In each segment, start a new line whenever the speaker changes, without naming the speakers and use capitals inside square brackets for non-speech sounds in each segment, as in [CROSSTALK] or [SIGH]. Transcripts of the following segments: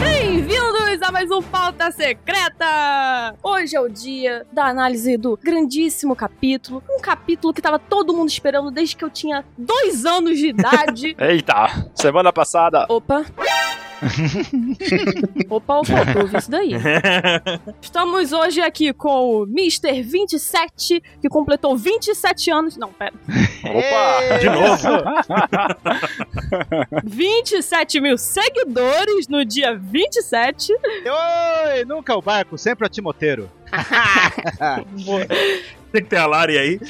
Bem-vindos a mais um Pauta Secreta! Hoje é o dia da análise do grandíssimo capítulo, um capítulo que tava todo mundo esperando desde que eu tinha dois anos de
[LAUGHS]
idade.
Eita, semana passada.
Opa! opa, opa, opa, ouvi isso daí. Estamos hoje aqui com o Mr. 27, que completou 27 anos. Não, pera.
Opa, de novo.
27 mil seguidores no dia 27.
Oi, nunca o barco, sempre o timoteiro.
Tem que ter a Lari aí.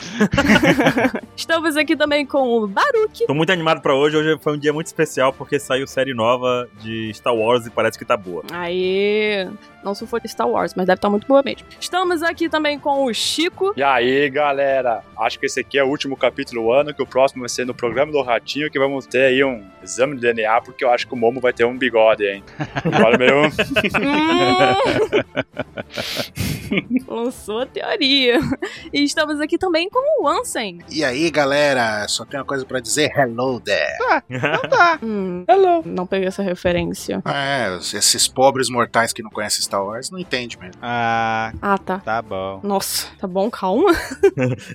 Estamos aqui também com o Baruque.
Tô muito animado pra hoje. Hoje foi um dia muito especial porque saiu série nova de Star Wars e parece que tá boa.
Aê! Não se for Star Wars, mas deve estar muito boa mesmo. Estamos aqui também com o
[LAUGHS]
Chico.
E aí, galera? Acho que esse aqui é o último capítulo do ano, que o próximo vai ser no programa do Ratinho, que vamos ter aí um exame de DNA, porque eu acho que o Momo vai ter um bigode, hein? Agora meu.
Hum. [LAUGHS] Lançou a teoria. E estamos aqui também com o Ansem.
E aí, galera, só tem uma coisa pra dizer, hello there.
Hum,
Hello.
não peguei essa referência.
É, esses pobres mortais que não conhecem Star Wars não entendem mesmo.
Ah,
Ah, tá.
tá bom.
Nossa, tá bom, calma.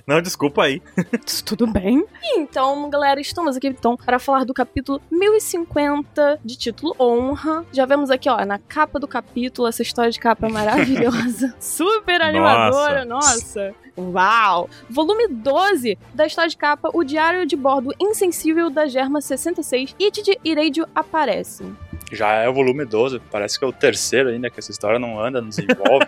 Não, desculpa aí. [LAUGHS]
Isso tudo bem. Então, galera, estamos aqui então para falar do capítulo 1050 de título Honra. Já vemos aqui, ó, na capa do capítulo essa história de capa [LAUGHS] maravilhosa, super animadora, nossa. Uau! Volume 12 da história de capa O Diário de Bordo Insensível da Germa 66, Itid e Reidio aparecem.
Já é o volume 12, parece que é o terceiro ainda, que essa história não anda, não desenvolve.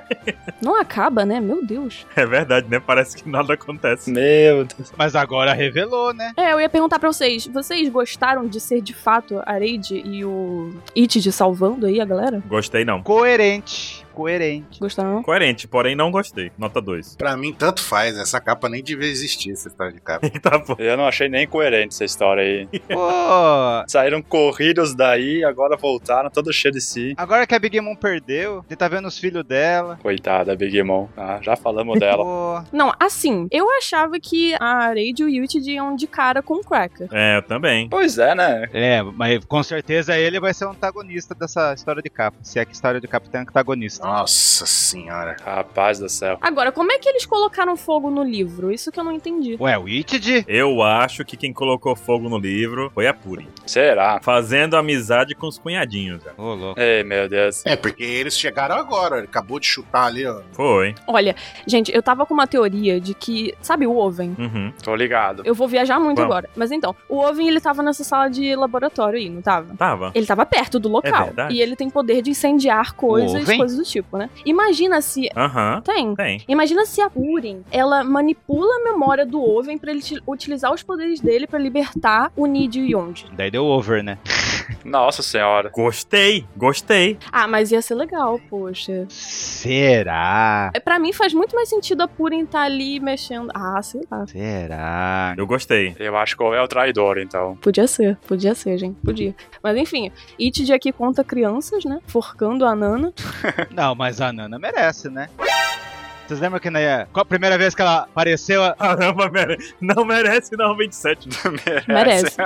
Não acaba, né? Meu Deus.
É verdade, né? Parece que nada acontece.
[LAUGHS] Meu Deus.
Mas agora revelou, né?
É, eu ia perguntar pra vocês, vocês gostaram de ser de fato a Reid e o Itid salvando aí a galera?
Gostei não.
Coerente.
[LAUGHS]
Coerente.
Gostaram não?
Coerente, porém não gostei. Nota [LAUGHS] 2.
Pra mim, tanto faz, essa capa nem devia existir, essa história de [LAUGHS] capa.
Tá bom.
Eu não achei nem coerente essa história aí.
Pô,
Saíram corridos daí, agora voltaram, todo cheio de si.
agora que a Big Mom perdeu, ele tá vendo os filhos dela.
Coitada, Big Mom. Ah, já falamos [LAUGHS] dela.
Pô,
Não, assim, eu achava que a Raid e o Yutid iam de cara com o Cracker.
É, eu também.
Pois é, né?
é, mas com certeza ele vai ser o antagonista dessa história de capa. Se é que história de capa tem antagonista.
Nossa senhora.
Rapaz do céu.
Agora, como é que eles colocaram fogo no livro? Isso que eu não entendi.
Ué, o Itid?
Eu acho que quem colocou fogo no livro foi a Puri.
Será?
Fazendo amizade com os cunhadinhos. né?
Ô, louco.
Ei, meu Deus.
É, porque eles chegaram agora, ele acabou de chutar ali, ó.
Foi.
Olha, gente, eu tava com uma teoria de que, sabe o Oven?
Uhum.
Tô ligado.
Eu vou viajar muito
Vamos.
agora. Mas então, o Oven ele tava nessa sala de laboratório aí, não tava?
Tava.
Ele tava perto do local.
verdade.
e ele tem poder de incendiar coisas,
Oven?
coisas do tipo, né? Imagina se.
Aham.
Tem.
Tem.
Imagina se a Purin, ela manipula a memória do Oven pra ele ti- utilizar os poderes dele pra libertar o Nid e Yonji.
Daí deu over, né?
Nossa senhora.
Gostei, gostei.
Ah, mas ia ser legal, poxa.
Será?
É, Pra mim faz muito mais sentido a Purin estar ali mexendo. Ah, sei lá.
Será?
Eu gostei.
Eu acho que é o traidor, então.
Podia ser, podia ser, gente, podia. Mas enfim, Itid aqui conta crianças, né? Forcando a
[LAUGHS]
Nana.
Não, mas a Nana merece, né? Vocês lembram que na qual a primeira vez que ela apareceu, a-
Caramba, mere- não merece não 27.
Merece.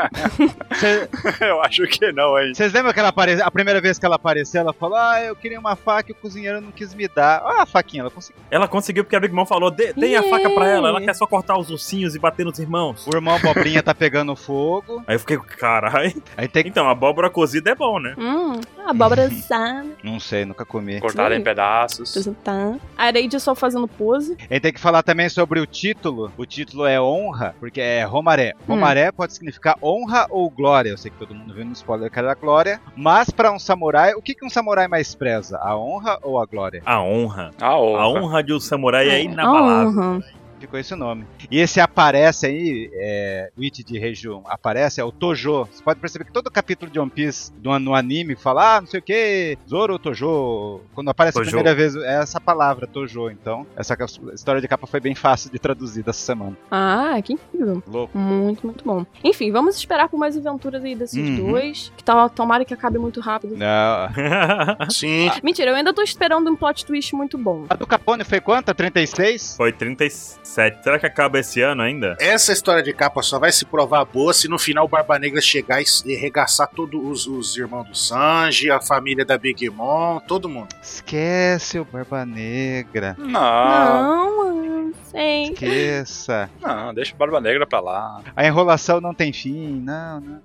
cê-
eu acho que não, hein?
Vocês lembram que ela apareceu? A primeira vez que ela apareceu, ela falou: Ah, eu queria uma faca e o cozinheiro não quis me dar. Ah, a faquinha, ela conseguiu.
Ela conseguiu porque a Big Mom falou: "Dê- "Dei a
Yay!
faca pra ela, ela quer só cortar os ursinhos e bater nos irmãos".
O irmão Bobrinha tá pegando fogo.
Aí eu fiquei, carai.
Aí tem É que.
Então, abóbora cozida é bom, né?
Hum, a abóbora sabe.
Não sei, nunca comi.
Cortaram em
Sim.
pedaços.
Tá. A Areide só fazendo pose.
Aí tem que falar também sobre o título. O título é honra, porque é Romaré. Romaré pode significar honra ou glória. Eu sei que todo mundo viu no spoiler que era a glória. Mas pra um samurai, o que, que um samurai mais preza? A honra ou a glória?
A honra.
A honra.
A honra de um samurai é
Ah,
inabalável.
uhum.
Ficou esse nome. E esse aparece aí, é, o It de Região aparece, é o Tojo. Você pode perceber que todo capítulo de One Piece do, no anime fala, ah, não sei o que, Zoro Tojo. Quando aparece
Tojo.
a primeira vez, é essa palavra, Tojo. Então, essa ca- história de capa foi bem fácil de traduzir dessa semana.
Ah, que incrível.
Louco.
Muito, muito bom. Enfim, vamos esperar por mais aventuras aí desses
Uhum.
dois. Que tal, tomara que acabe muito rápido.
Não.
Sim.
Mentira, eu ainda tô esperando um plot twist muito bom.
A do Capone foi quanta? 36?
[LAUGHS] Foi 36. 7. Será que acaba esse ano ainda?
Essa história de capa só vai se provar boa se no final o Barba Negra chegar e se- e arregaçar todos os, os irmãos do Sanji, a família da Big Mom, todo mundo.
Esquece o Barba Negra.
Ah.
Não,
Não, não sei.
Esqueça.
não, deixa o Barba Negra pra lá.
A enrolação não tem fim, não, não.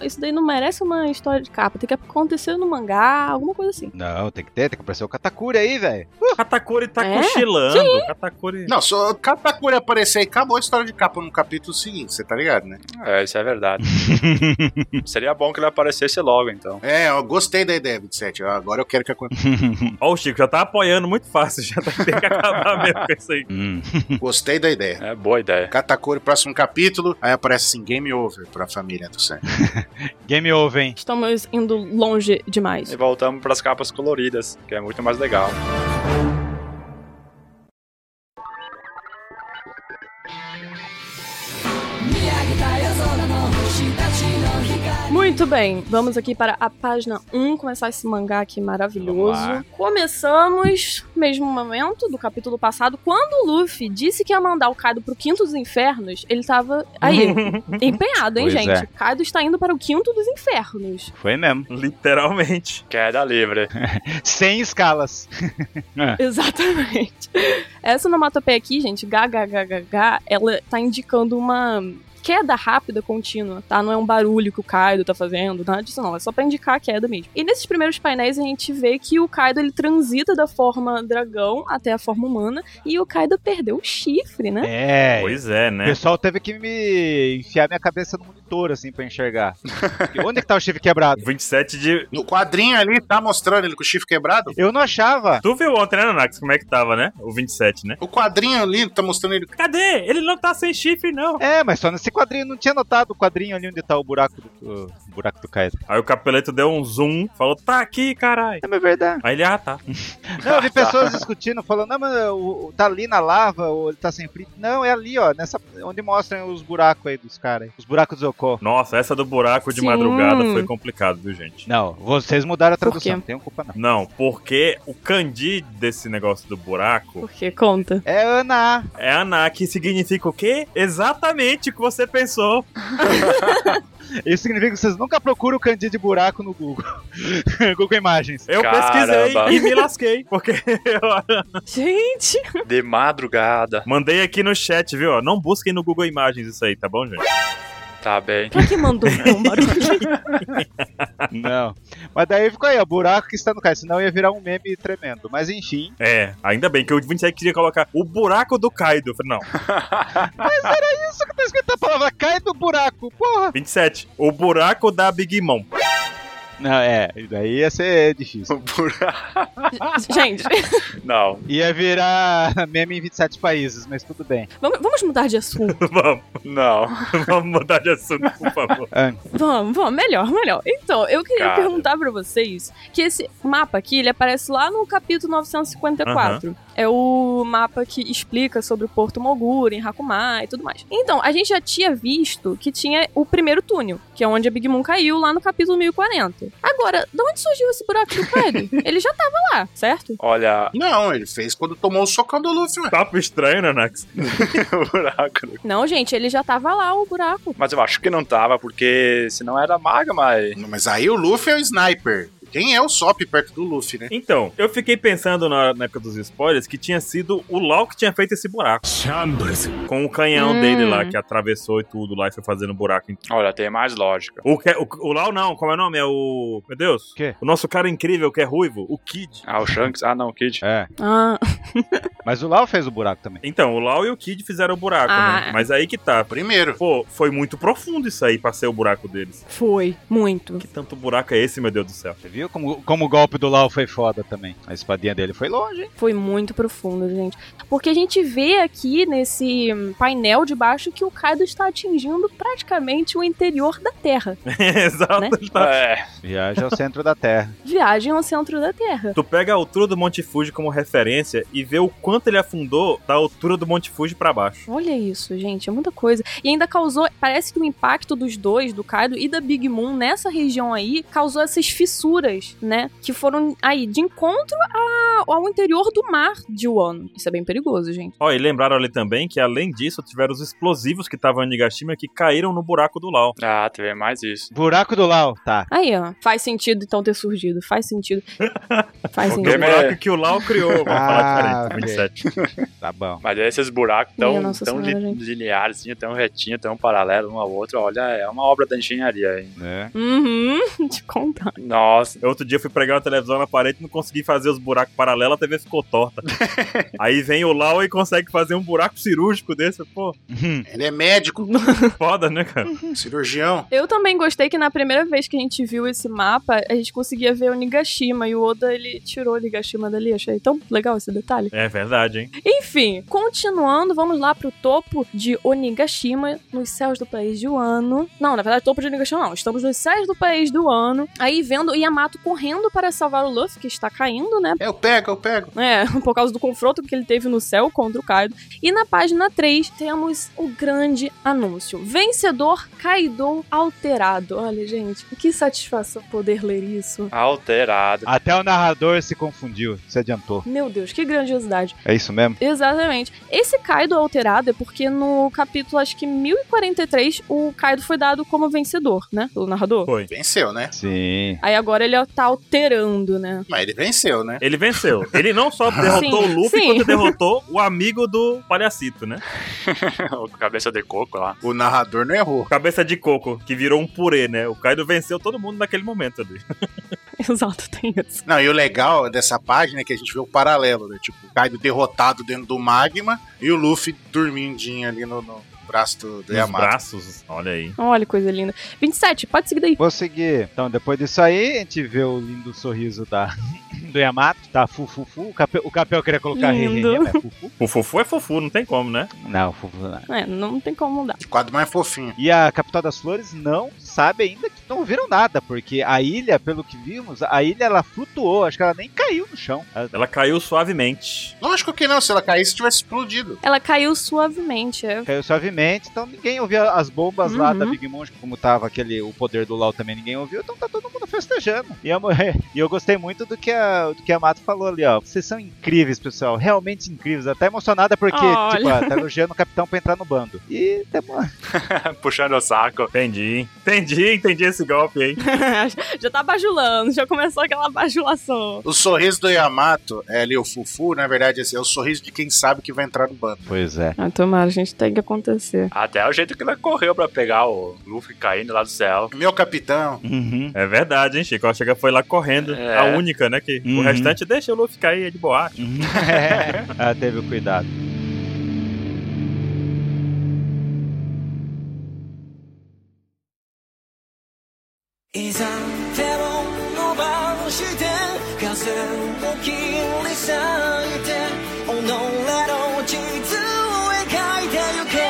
Isso daí não merece uma história de capa. Tem que acontecer no mangá, alguma coisa assim.
Não, tem que ter, tem que aparecer o Katakuri aí, velho.
Katakuri tá
É?
cochilando. Katakuri.
Não, só Katakuri aparecer aí, acabou a história de capa no capítulo seguinte, você tá ligado, né?
É, isso é [LAUGHS] verdade. Seria bom que ele aparecesse logo, então.
É, eu gostei da ideia, 27. ó, Agora eu quero que aconteça.
Ó, o Chico já tá apoiando muito fácil. [LAUGHS] Já tá, tem
[LAUGHS]
que acabar mesmo com isso aí.
Hum.
gostei da ideia.
É boa ideia.
Katakuri, próximo capítulo, aí aparece assim, game over pra família do Sanji.
Game over, hein?
Estamos indo longe demais.
E
É.
voltamos pras capas coloridas, que é muito mais legal.
Muito bem, vamos aqui para a página 1, começar esse mangá aqui maravilhoso.
Vamos lá.
Começamos no mesmo momento do capítulo passado, quando o Luffy disse que ia mandar o Kaido pro Quinto dos Infernos, ele tava
[LAUGHS]
aí, empenhado, hein,
Pois
gente?
é.
Kaido está indo para o Quinto dos Infernos.
Foi mesmo.
Literalmente.
Queda livre.
Sem escalas.
[LAUGHS] Exatamente. Essa onomatopeia aqui, gente, ggggg, ela tá indicando uma queda rápida contínua, tá? Não é um barulho que o Kaido tá fazendo, nada disso não, é só pra indicar a queda mesmo. E nesses primeiros painéis a gente vê que o Kaido ele transita da forma dragão até a forma humana e o Kaido perdeu o chifre, né?
É.
Pois é,
O
né?
pessoal teve que me enfiar minha cabeça no monitor, assim, pra enxergar. Porque onde é que tá o chifre quebrado?
27 de.
No quadrinho ali, tá mostrando ele com o chifre quebrado?
Eu não achava.
Tu viu ontem, né, Nanax? Como é que tava, né? O 27, né?
O quadrinho ali tá mostrando ele.
Cadê? Ele não tá sem chifre, não.
É, mas só nesse quadrinho, não tinha notado o quadrinho ali onde tá o buraco do, o buraco do Kaido.
Aí o capeleto deu um zoom, falou, tá aqui, caralho.
É verdade.
Aí ele, ah, tá.
Não, eu vi pessoas discutindo, falando, não, mas o, o- tá ali na lava, ou ele tá sem frio. Não, é ali, ó, nessa, onde mostram os buracos aí dos caras. aí. Os buracos do Zocó.
Nossa, essa do buraco de
Sim.
madrugada foi complicado, viu, gente?
Não, vocês mudaram a
Por
tradução,
quê?
não tenho culpa não.
Não, porque o candi desse negócio do buraco
Porque
[LAUGHS]
conta.
É Ana A.
é Aná, que significa o quê? Exatamente o que você pensou.
Isso significa que vocês nunca procuram o Candi de buraco no Google. [LAUGHS] Google Imagens.
Eu
Caramba.
pesquisei e me lasquei, porque [LAUGHS] eu
Gente,
De madrugada.
mandei aqui no chat, viu? ó. Não busquem no Google Imagens isso aí, tá bom, gente?
Tá [LAUGHS] bem.
pra que mandou um barulho? [LAUGHS]
Não. Mas daí ficou aí, ó, buraco que está no Kaido. Senão ia virar um meme tremendo. Mas enfim.
É, ainda bem que o 27 queria colocar o buraco do Kaido. Eu falei, não,
Isso que tá escrito a palavra cai do buraco, porra.
27, o buraco da Big Mom. [LAUGHS]
Não, é. Daí ia ser difícil.
gente,
Não.
Ia virar [LAUGHS] meme em 27 países, mas tudo bem.
vamos, vamos mudar de assunto.
Vamos,
Não.
vamos mudar de assunto, por favor.
Ah,
Vamos, vamos, melhor, melhor. Então, eu queria
Cara.
perguntar pra vocês que esse mapa aqui, ele aparece lá no capítulo 954. É o mapa que explica sobre o Porto Mogura, em Hakumai e tudo mais. Então, a gente já tinha visto que tinha o primeiro túnel, que é onde a Big Moon caiu, lá no capítulo 1040. Agora, de onde surgiu esse buraco do Kaido? ele já tava lá, certo?
Olha, [LAUGHS]
Não, ele fez quando tomou o socão do Luffy,
[LAUGHS]
ué.
Papo estranho, né, Nax?
o buraco. do-
Não, gente, ele já tava lá, o buraco.
Mas eu acho que não tava, porque senão era maga, mas.
Mas aí o Luffy é o sniper. Quem é o Sop perto do Luffy, né?
Então, eu fiquei pensando na, na época dos spoilers que tinha sido o Law que tinha feito esse buraco. Com o canhão
Hum.
dele lá, que atravessou e tudo lá e foi fazendo buraco. em-
Olha, tem mais lógica.
O, que, o, o Law não, como é o nome? É o. Meu Deus.
Quê?
O nosso cara incrível que é ruivo, o Kid.
Ah, o Shanks. Ah, não, o
[LAUGHS]
Kid.
É.
Ah,
Mas o Lau fez o buraco também.
Então, o Law e o Kid fizeram o buraco,
Ah.
né? Mas aí que tá.
Primeiro.
Pô, foi muito profundo isso aí pra ser o buraco deles.
foi. Muito.
Que tanto buraco é esse, meu Deus do céu? [LAUGHS]
Você viu como, como o golpe do Lau foi foda também? A espadinha dele foi longe, hein?
Foi muito profundo, gente. Porque a gente vê aqui nesse hum, painel de baixo que o Kaido está atingindo praticamente o interior da Terra.
Exato.
Né?
ele tá-
É.
Viaja ao centro da Terra. [LAUGHS]
Viagem ao centro da Terra.
Tu pega a altura do Monte Fuji como referência e vê o quanto ele afundou da altura do Monte Fuji pra baixo.
Olha isso, gente, é muita coisa. E ainda causou, parece que o impacto dos dois, do Kaido e da Big Moon, nessa região aí, causou essas fissuras, né? Que foram aí de encontro ao, ao interior do mar de Wano. Isso é bem perigoso, gente.
Ó, e lembraram ali também que, além disso, tiveram os explosivos que estavam em Nigashima que caíram no buraco do Lau.
Ah, teve mais isso.
Buraco do Lau, tá.
Aí, ó. Faz sentido então ter surgido. Faz sentido. Faz
O
O
sentido.
Gamer é-
buraco que o Lau criou, vamos
Ah,
falar diferente. 27.
Tá bom.
Mas é esses buracos
Minha
tão,
Nossa
tão
Senhora,
li-
gente.
lineares, assim, tão retinho, tão paralelo um ao outro. Olha, é uma obra da engenharia, hein?
Né?
Uhum, [LAUGHS] te contar.
Nossa.
Outro dia eu fui pregar uma televisão na parede e não consegui fazer os buracos paralelos, a TV ficou torta. Aí vem o Lau e consegue fazer um buraco cirúrgico desse, pô,
Ele é médico,
foda, né, cara?
cirurgião.
Eu também gostei que na primeira vez que a gente viu esse mapa, a gente conseguia ver o Nigashima e o Oda ele tirou o Nigashima dali. Achei tão legal esse detalhe.
É verdade, hein?
Enfim, continuando, vamos lá pro topo de Onigashima, nos céus do país de Wano. Não, na verdade, topo de Onigashima não. Estamos nos céus do país do Wano. Aí vendo Yamato correndo para salvar o Luffy, que está caindo, né?
Eu pego, eu pego.
É, [LAUGHS] por causa do confronto que ele teve no céu contra o Kaido. E na página 3 temos o grande anúncio: Vencedor Kaido Alterado. Olha, gente, que satisfação poder ler isso.
Alterado. [LAUGHS]
Até o narrador se confundiu, se adiantou.
Meu Deus, que grandiosidade.
É isso mesmo?
Exatamente. Esse Kaido alterado é porque no capítulo, acho que 1043, o Kaido foi dado como vencedor, né? Pelo narrador.
Foi.
Venceu, né?
Sim.
Aí agora ele tá alterando, né? [LAUGHS]
Mas ele venceu, né?
Ele venceu. Ele não só derrotou
Ah. Sim,
o Luffy,
sim.
quanto derrotou o amigo do palhacito, né?
o cabeça de coco lá. [LAUGHS]
O narrador não errou.
Cabeça de coco, que virou um purê, né? O Kaido venceu todo mundo naquele momento ali.
Exato, tem isso.
Não, e o legal dessa página é que a gente vê o paralelo, né? Tipo, o Kaido derrotado dentro do magma e o Luffy dormindinho ali no, no braço do, do
Os
Yamato.
braços, olha aí.
Olha que coisa linda. 27, pode seguir daí.
Vou seguir. Então, depois disso aí, a gente vê o lindo sorriso da... [LAUGHS] do Yamato. Tá fufufu. O, Capel, o Capel queria colocar
Lindo.
rirrinha, mas é fufu.
O Fufu é Fufu, não tem como, né?
Não, fufu não.
É, não tem como mudar.
O quadro mais fofinho.
E a capital das flores não sabe ainda que não viram nada, porque a ilha, pelo que vimos, a ilha ela flutuou, acho que ela nem caiu no chão. Ela-
Ela caiu suavemente.
Lógico que não, se ela caísse, tivesse explodido.
Ela caiu suavemente, é.
Caiu suavemente, então ninguém ouviu as bombas lá
Uhum.
da Big Mom, como tava aquele o poder do Lau também ninguém ouviu, então tá todo mundo festejando. E eu, [LAUGHS] e eu gostei muito do que a do que a Mato falou ali, ó. Vocês são incríveis, pessoal, realmente incríveis. Até emocionada porque
Ah, Olha.
tipo, ó, tá elogiando o capitão pra entrar no bando. E tá bom.
Puxando o saco.
Entendi. Entendi, [LAUGHS] entendi esse golpe, hein?
[LAUGHS] já tá bajulando, já começou aquela bajulação.
O sorriso do Yamato, é ali o Fufu, na verdade, assim, é o sorriso de quem sabe que vai entrar no bando.
Pois é.
Ah, tomara, gente, tem que acontecer.
Até o jeito que ela correu pra pegar o Luffy caindo lá do céu. [LAUGHS]
Meu capitão,
Uhum.
É verdade, hein, Chico? Ela chega, foi lá correndo.
É.
A única, né? Que o
Uhum.
restante deixa o Luffy cair é de boate.
Ela Ah, teve o cuidado.
「いざ手を伸ばして風を切り裂いて己の地図を描いてゆけ」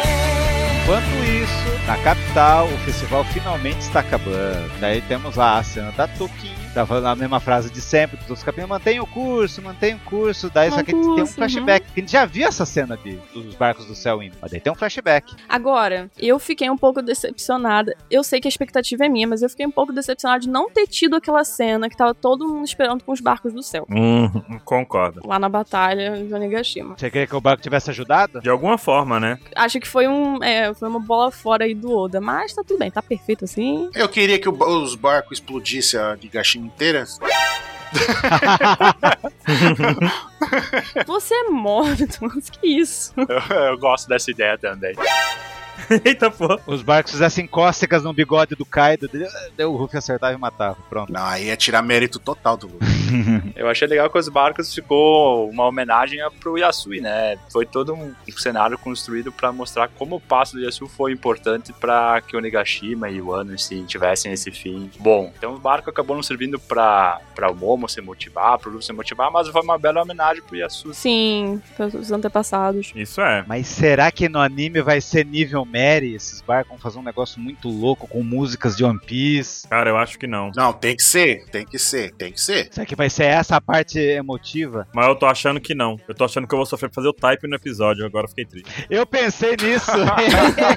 Enquanto isso, na capital, o festival finalmente está acabando. Daí temos lá a cena da Toki, tá falando a mesma frase de sempre dos outros capítulos, mantenha o curso, mantenha o curso. Daí só que tem um
Concurso,
flashback, porque a gente já viu essa cena de, dos barcos do céu indo. Mas daí tem um flashback.
Agora, eu fiquei um pouco decepcionada. Eu sei que a expectativa é minha, mas eu fiquei um pouco decepcionada de não ter tido aquela cena que tava todo mundo esperando com os barcos do céu.
Hum, concordo.
Lá na batalha de Onigashima.
Você queria que o barco tivesse ajudado?
De alguma forma, né? [LAUGHS]
Acho que foi um. é, foi uma bola fora aí do Oda, mas tá tudo bem, tá perfeito [LAUGHS] assim.
eu queria que o ba- os barcos explodissem a Nigashima inteira.
Você é mórbido, [LAUGHS] mas que isso?
Eu, eu gosto dessa ideia também.
Eita, pô.
Os barcos fizessem cócegas no bigode do Kaido, daí- daí o Hulk acertava e matava. Pronto.
Não, aí ia tirar mérito total do Luffy.
Eu achei legal que os barcos ficou uma homenagem a- pro Yasui, né? Foi todo um cenário construído pra mostrar como o passo do Yasui foi importante pra que o Negashima e o Ano em si tivessem esse fim. Bom, então o barco acabou não servindo pra, pra o Momo se motivar, pro Luffy se motivar, mas foi uma bela homenagem pro Yasui.
Sim, os antepassados.
Isso é.
Mas será que no anime vai ser nível Mary? Esses barcos vão fazer um negócio muito louco com músicas de One Piece.
Cara, eu acho que não.
Não, tem que ser, tem que ser, tem que ser.
Será que vai ser essa a parte emotiva.
Mas eu tô achando que não. Eu tô achando que eu vou sofrer pra fazer o type no episódio. Agora eu fiquei triste.
Eu pensei
[LAUGHS]
nisso.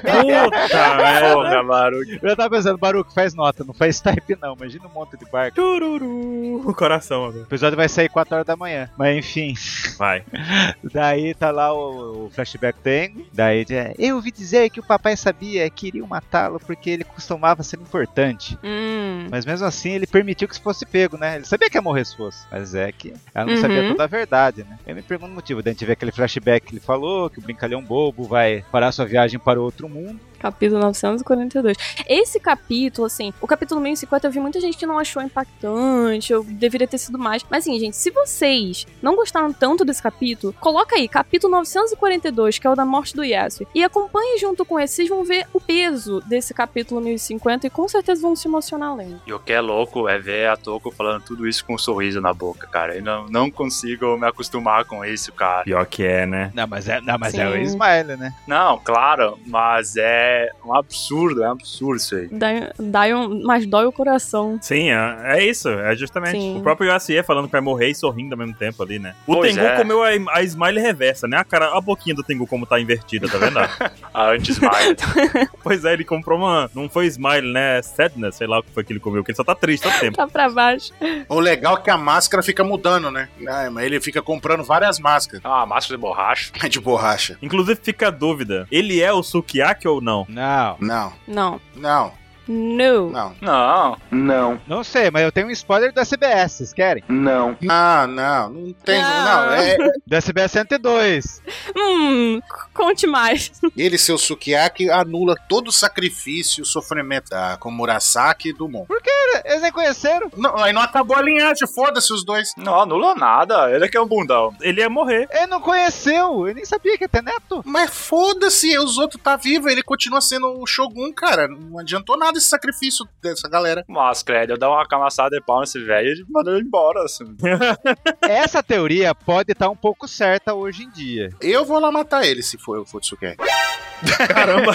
Puta merda.
Porra, Baruque.
eu tava pensando, Baruco, faz nota, não faz type não. Imagina um monte de barco.
Tururu. O coração agora.
O episódio vai sair 4 horas da manhã. Mas enfim.
Vai.
Daí tá lá o, o flashback Tango. Daí é, eu ouvi dizer que o papai sabia que iriam matá-lo porque ele costumava ser importante.
Hum.
Mas mesmo assim ele permitiu que isso fosse pego, né? Ele sabia que ia morrer se fosse. Mas é que ela não
Uhum.
sabia toda a verdade, né? Eu me pergunto o motivo. Daí a gente vê aquele flashback que ele falou, que o brincalhão bobo vai parar sua viagem para o outro mundo.
Capítulo 942. Esse capítulo, assim, o capítulo 1050, eu vi muita gente que não achou impactante, eu deveria ter sido mais. Mas assim, gente, se vocês não gostaram tanto desse capítulo, coloca aí, capítulo 942, que é o da morte do Yasuo, e acompanhe junto com esse, vocês vão ver o peso desse capítulo 1050 e com certeza vão se emocionar lendo.
E o que é louco é ver a Toco falando tudo isso com um sorriso na boca, cara. Eu não, não consigo me acostumar com isso, cara.
Pior que é, né?
Não, mas é, não, mas é o
Sim.
Smile, né?
Não, claro, mas é um absurdo, é um absurdo isso aí.
Dá, dá um, mas dói o coração. [LAUGHS]
Sim, é, é isso. É justamente.
Sim.
O próprio USE falando que vai morrer e sorrindo ao mesmo tempo ali, né? O
Pois
Tengu
é.
comeu a, a smile reversa, né? A, cara, a boquinha do Tengu como tá invertida,
[LAUGHS]
tá vendo?
A Ah, antes [LAUGHS] vai.
pois é, ele comprou uma. Não foi smile, né? Sadness, sei lá o que foi que ele comeu, que ele só tá triste todo tempo.
Tá pra baixo.
O legal é que a máscara fica mudando, né? Ah, mas ele fica comprando várias máscaras
ah, máscara de borracha.
[LAUGHS] de borracha.
Inclusive, fica a dúvida: ele é o Sukiyaki ou não?
Não,
Não,
Não.
não,
Não.
não,
Não.
Não,
não sei, mas eu tenho um spoiler do SBS, vocês querem?
não,
não, Ah, não, não tem.
Não.
Não, é
Do SBS 102.
Hum, conte mais.
ele seu Sukiyaki anula todo o sacrifício, o sofrimento da Komurasaki e do Mon.
Cara, Eles nem conheceram.
Não, aí não acabou a linhagem, foda-se os dois.
Não anula nada. Ele é que é um bundão.
Ele ia morrer.
Ele não conheceu, eu nem sabia que ia ter neto.
Mas foda-se, os outros tá vivo, ele continua sendo o Shogun, cara. Não adiantou nada esse sacrifício dessa galera.
Mas, credo, eu dou uma camaçada de pau nesse velho e mando ele embora, assim. [LAUGHS]
Essa teoria pode estar um pouco certa hoje em dia.
Eu vou lá matar ele se for o Futsukiyaki.
Caramba.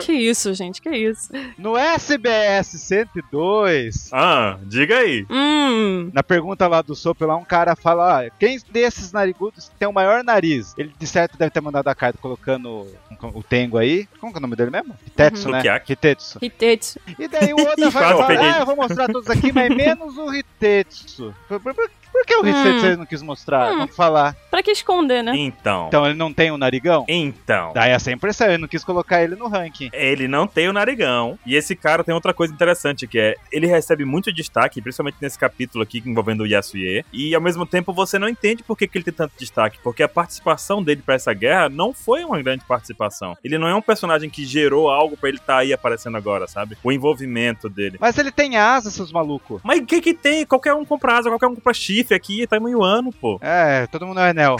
Que isso, gente, que isso.
No SBS 102,
ah, diga aí.
Hum.
na pergunta lá do Sop, lá um cara fala: ah, quem desses narigudos tem o maior nariz? Ele de certo deve ter mandado a carta colocando o Tengo aí. Como que é o nome dele mesmo? Hitetsu,
Uhum.
né?
Sukiyaki.
Hitetsu.
Hitetsu.
E daí
[LAUGHS]
o Oda vai
Fala, peguei.
falar: ah, eu vou mostrar todos aqui, mas menos o Hitetsu. Por, por- por- por que o Hitetsu
Hum.
ele não quis mostrar?
Hum.
Não falar.
Pra que esconder, né?
Então.
Então ele não tem um narigão?
Então.
Daí essa é a impressão, ele não quis colocar ele no ranking.
Ele não tem o narigão. E esse cara tem outra coisa interessante, que é ele recebe muito destaque, principalmente nesse capítulo aqui envolvendo o Yasuye. E ao mesmo tempo você não entende por que, que ele tem tanto destaque, porque a participação dele pra essa guerra não foi uma grande participação. Ele não é um personagem que gerou algo pra ele estar aí aparecendo agora, sabe? O envolvimento dele.
Mas ele tem asa, seus malucos.
Mas o que que tem? Qualquer um compra asa, qualquer um compra chifre aqui, tá em um ano, pô.
É, todo mundo é anel.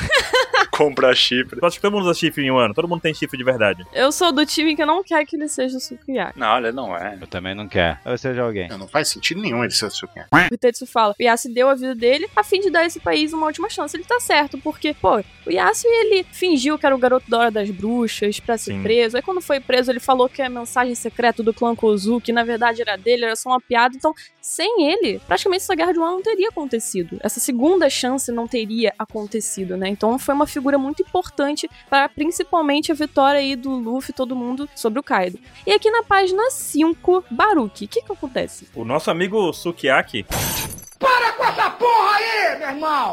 Compra chifre.
Eu acho que todo mundo usa chifre em um ano, todo mundo tem chifre de verdade.
Eu sou do time que não quer que ele seja o Sukiyaki.
Não, ele não é.
Eu também não quero. Ou seja, alguém.
Não, não faz sentido nenhum ele ser o Sukiyaki.
O Hitetsu fala, o Yasuo deu a vida dele a fim de dar a esse país uma última chance. Ele tá certo, porque, pô, o Yasuo, ele fingiu que era o garoto da hora das bruxas pra ser
Sim.
preso. Aí quando foi preso, ele falou que a mensagem secreta do clã Kozu, que na verdade era dele, era só uma piada. Então, sem ele, praticamente essa guerra de um ano não teria acontecido. Essa segunda chance não teria acontecido, né? Então foi uma figura muito importante para principalmente a vitória aí do Luffy e todo mundo sobre o Kaido. E aqui na página 5, Baruki, o que que acontece?
O nosso amigo Sukiyaki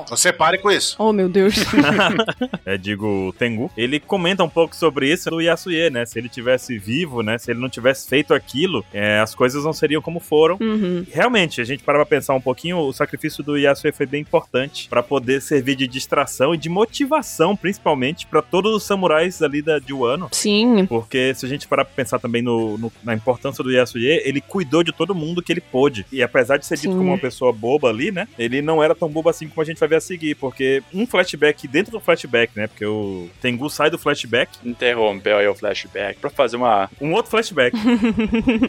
Você pare com isso.
Oh, meu Deus.
é, digo, o Tengu, ele comenta um pouco sobre isso do Yasuye, né? Se ele tivesse vivo, né? Se ele não tivesse feito aquilo, é, as coisas não seriam como foram.
[LAUGHS] uhum.
Realmente, a gente para pra pensar um pouquinho, o sacrifício do Yasuye foi bem importante pra poder servir de distração e de motivação, principalmente, pra todos os samurais ali da, de Wano.
Sim.
Porque se a gente parar pra pensar também no- no- na importância do Yasuye, ele cuidou de todo mundo que ele pôde. E apesar de ser dito
Sim.
como uma pessoa boba ali, né? Ele não era tão bobo assim assim como a gente vai ver a seguir, porque um flashback dentro do flashback, né? Porque o Tengu sai do flashback,
Interrompeu aí o flashback pra fazer uma.
um outro flashback,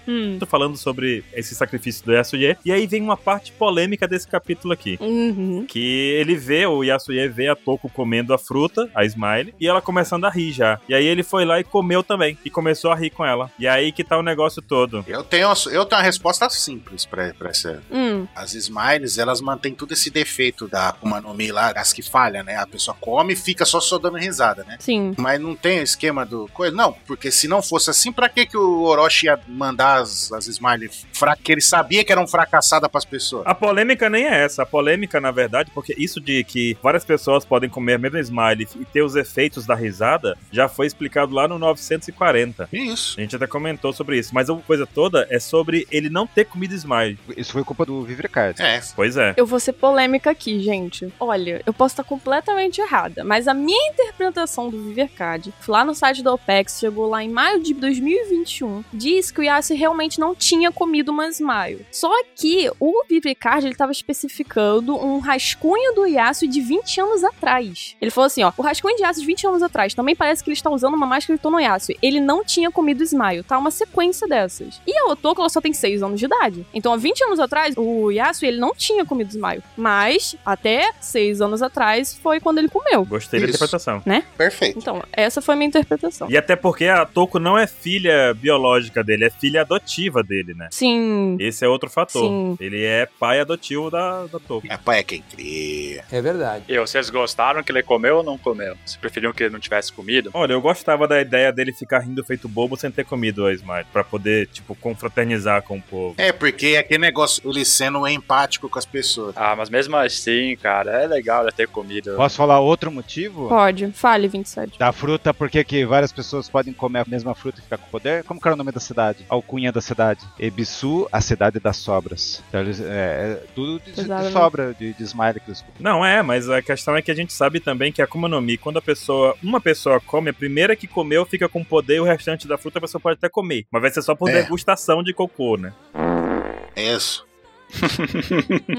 Hum.
Tô falando sobre esse sacrifício do Yasuye, e aí vem uma parte polêmica desse capítulo aqui.
Uhum.
Que ele vê, o Yasuye vê a Toco comendo a fruta, a Smile, e ela começando a rir já. E aí ele foi lá e comeu também, e começou a rir com ela. E aí que tá o negócio todo.
Eu tenho, eu tenho uma resposta simples pra, pra essa.
Hum.
As smiles, elas mantêm todo esse defeito da Akuma no Mi lá, as que falha, né? A pessoa come e fica só, só dando risada, né?
Sim.
Mas não tem o esquema do coisa. Não, porque se não fosse assim, pra que, que o Orochi ia mandar as, as Smile fracas? Que ele sabia que eram fracassadas pras pessoas.
A polêmica nem é essa. A polêmica, na verdade, porque isso de que várias pessoas podem comer a mesma Smile e ter os efeitos da risada, já foi explicado lá no 940.
Isso.
A gente até comentou sobre isso. Mas a coisa toda é sobre ele não ter comido Smile.
Isso foi culpa do Vivre Card.
É.
Pois é.
Eu vou ser polêmica aqui, gente. Olha, eu posso estar completamente errada, mas a minha interpretação do Vivercard, lá no site da OPEX, chegou lá em maio de 2021, diz que o Yassi realmente não tinha comido uma Smile. Só que o Vivercard, ele tava especificando um rascunho do Yassi de 20 anos atrás. Ele falou assim, ó, o rascunho de Yassi de 20 anos atrás, também parece que ele está usando uma máscara de Tonoyassi. Ele não tinha comido Smile, tá? Uma sequência dessas. E a Otoko, ela só tem 6 anos de idade. Então, há 20 anos atrás, o Yassi, ele não tinha comido Smile. Mas, até 6 anos atrás, foi quando ele comeu.
Gostei da
Isso.
interpretação.
Perfeito.
Então, essa foi a minha interpretação.
E até porque a Toco não é filha biológica dele, é filha adotiva dele, né?
Sim.
Esse é outro fator.
Sim.
Ele é pai adotivo da, da Toco.
É, pai é quem cria.
É verdade.
E vocês gostaram que ele comeu ou não comeu? Vocês preferiam que ele não tivesse comido?
Olha, eu gostava da ideia dele ficar rindo feito bobo sem ter comido a Smile, pra poder, tipo, confraternizar com o povo.
É, porque é aquele negócio, ele sendo é empático com as pessoas.
Ah, mas mesmo assim, cara, é legal ele ter comido.
Posso falar outro motivo?
Pode. Fale, 27.
Da fruta, por que que várias pessoas podem comer a mesma fruta e ficar com poder? Como que era o nome da cidade? Alcunha da cidade. Ebisu, a cidade das sobras. Então, eles, é, é tudo de, de
Pesado, né?
sobra, de, de smile que eles
Não, é, mas a questão é que a gente sabe também que a Akuma no Mi, quando a pessoa, uma pessoa come, a primeira que comeu fica com poder e o restante da fruta a pessoa pode até comer. Mas vai ser só por
É.
degustação de cocô, né?
É isso.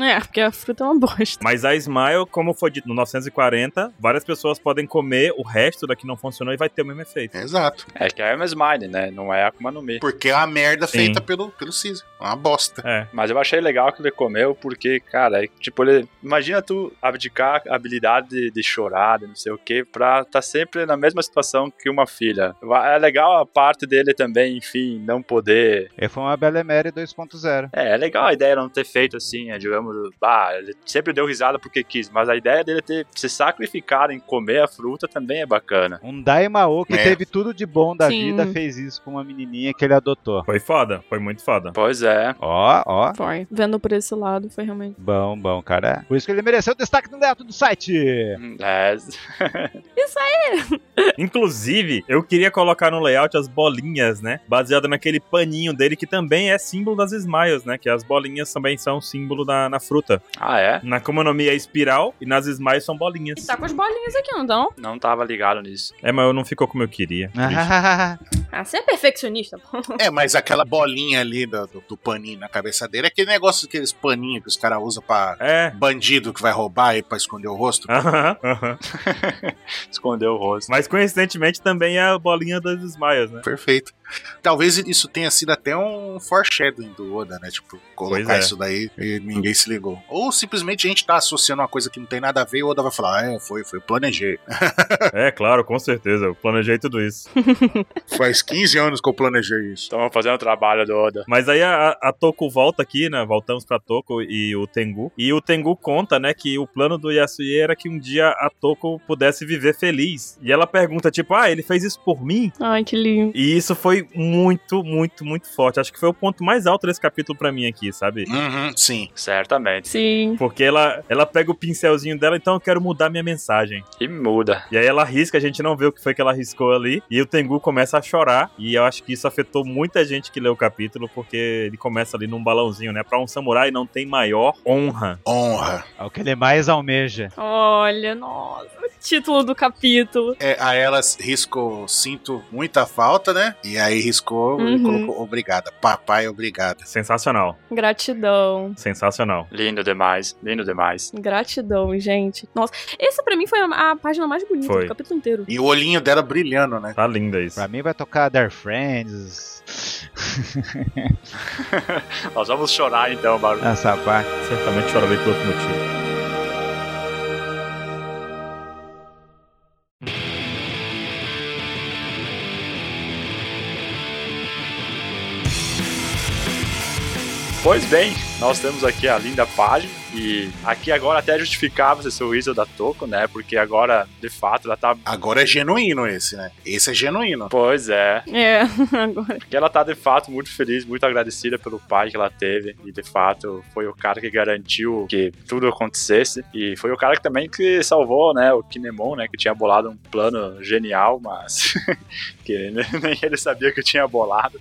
é, porque a fruta é uma bosta.
Mas a Smile, como foi dito no 940, várias pessoas podem comer o resto da que não funcionou e vai ter o mesmo efeito.
Exato.
É que é a Smile, né? Não é a Akuma no Mi.
Porque é uma merda
Sim.
feita pelo, pelo Caesar. Uma bosta.
É.
Mas eu achei legal que ele comeu, porque, cara, é, tipo, ele. Imagina tu abdicar a habilidade de, de chorar, de não sei o que, pra tá sempre na mesma situação que uma filha. Va- É legal a parte dele também, enfim, não poder.
É, foi uma Bela Emery 2.0.
É, é legal a ideia de não ter feito assim, é, digamos, bah, ele sempre deu risada porque quis, mas a ideia dele ter se sacrificar em comer a fruta também é bacana.
Um Daimao que
É.
teve tudo de bom da
Sim.
vida fez isso com uma menininha que ele adotou.
Foi foda, foi muito foda.
Pois é.
Ó, ó.
[LAUGHS] Foi. Vendo por esse lado, foi realmente.
Bom, bom, cara. Por isso que ele mereceu o destaque do Neto do [LAUGHS] site.
É, [LAUGHS]
Inclusive, eu queria colocar no layout as bolinhas, né? Baseado naquele paninho dele, que também é símbolo das Smiles, né? Que as bolinhas também são símbolo da, na fruta.
Ah, é?
Na economia é espiral e nas Smiles são bolinhas.
Tá com as bolinhas aqui, não tão?
Não tava ligado nisso.
É, mas eu não ficou como eu queria.
Ah, você é perfeccionista, pô.
É, mas aquela bolinha ali do, do- do paninho na cabeça dele, aquele negócio, aqueles paninhos que os caras usam pra
É. [LAUGHS]
bandido que vai roubar e pra esconder o rosto.
Aham, aham.
Escondeu o rosto.
Mas coincidentemente também é a bolinha das Smiles, né?
Perfeito. Talvez isso tenha sido até um foreshadowing do Oda, né? Tipo, colocar
Pois é.
isso daí e ninguém se ligou. Ou simplesmente a gente tá associando uma coisa que não tem nada a ver e o Oda vai falar, ah, é, foi, foi, planejei.
É, claro, com certeza. Eu planejei tudo isso.
Faz 15 anos que eu planejei isso.
Estamos fazendo o trabalho do Oda.
Mas aí a, a Toku volta aqui, né? Voltamos pra Toku e o Tengu. E o Tengu conta, né, que o plano do Yasuye era que um dia a Toku pudesse viver feliz. E ela pergunta, tipo, ah, ele fez isso por mim?
Ai, que lindo.
E isso foi muito, muito, muito forte. Acho que foi o ponto mais alto desse capítulo pra mim aqui, sabe?
Uhum, sim.
Certamente.
Sim.
Porque ela, ela pega o pincelzinho dela, então eu quero mudar minha mensagem.
E muda.
E aí ela risca, a gente não vê o que foi que ela riscou ali. E o Tengu começa a chorar. E eu acho que isso afetou muita gente que leu o capítulo, porque ele começa ali num balãozinho, né? Pra um samurai não tem maior honra.
Honra.
É o que ele mais almeja.
Olha, nossa. título do capítulo.
É, a ela riscou, sinto muita falta, né? E aí riscou e
Uhum.
colocou obrigada. Papai, obrigada.
Sensacional,
Gratidão.
sensacional.
Lindo demais, lindo demais.
Gratidão, gente. Nossa, essa pra mim foi a, a página mais bonita
Foi.
do capítulo inteiro.
E o olhinho dela brilhando, né?
Tá linda isso.
Pra mim vai tocar Dear Friends.
Nós vamos chorar então, Baru.
Essa parte.
Certamente chorarei por outro motivo.
Pois bem, nós temos aqui a linda página e aqui agora até justificava esse sorriso da Toco, né? Porque agora, de fato, ela tá.
Agora é genuíno esse, né? Esse é genuíno.
Pois é,
É, [LAUGHS] agora.
porque ela tá de fato muito feliz, muito agradecida pelo pai que ela teve e de fato foi o cara que garantiu que tudo acontecesse e foi o cara que também que salvou, né, o Kinemon, né, que tinha bolado um plano genial, mas [LAUGHS] que nem ele sabia que tinha bolado.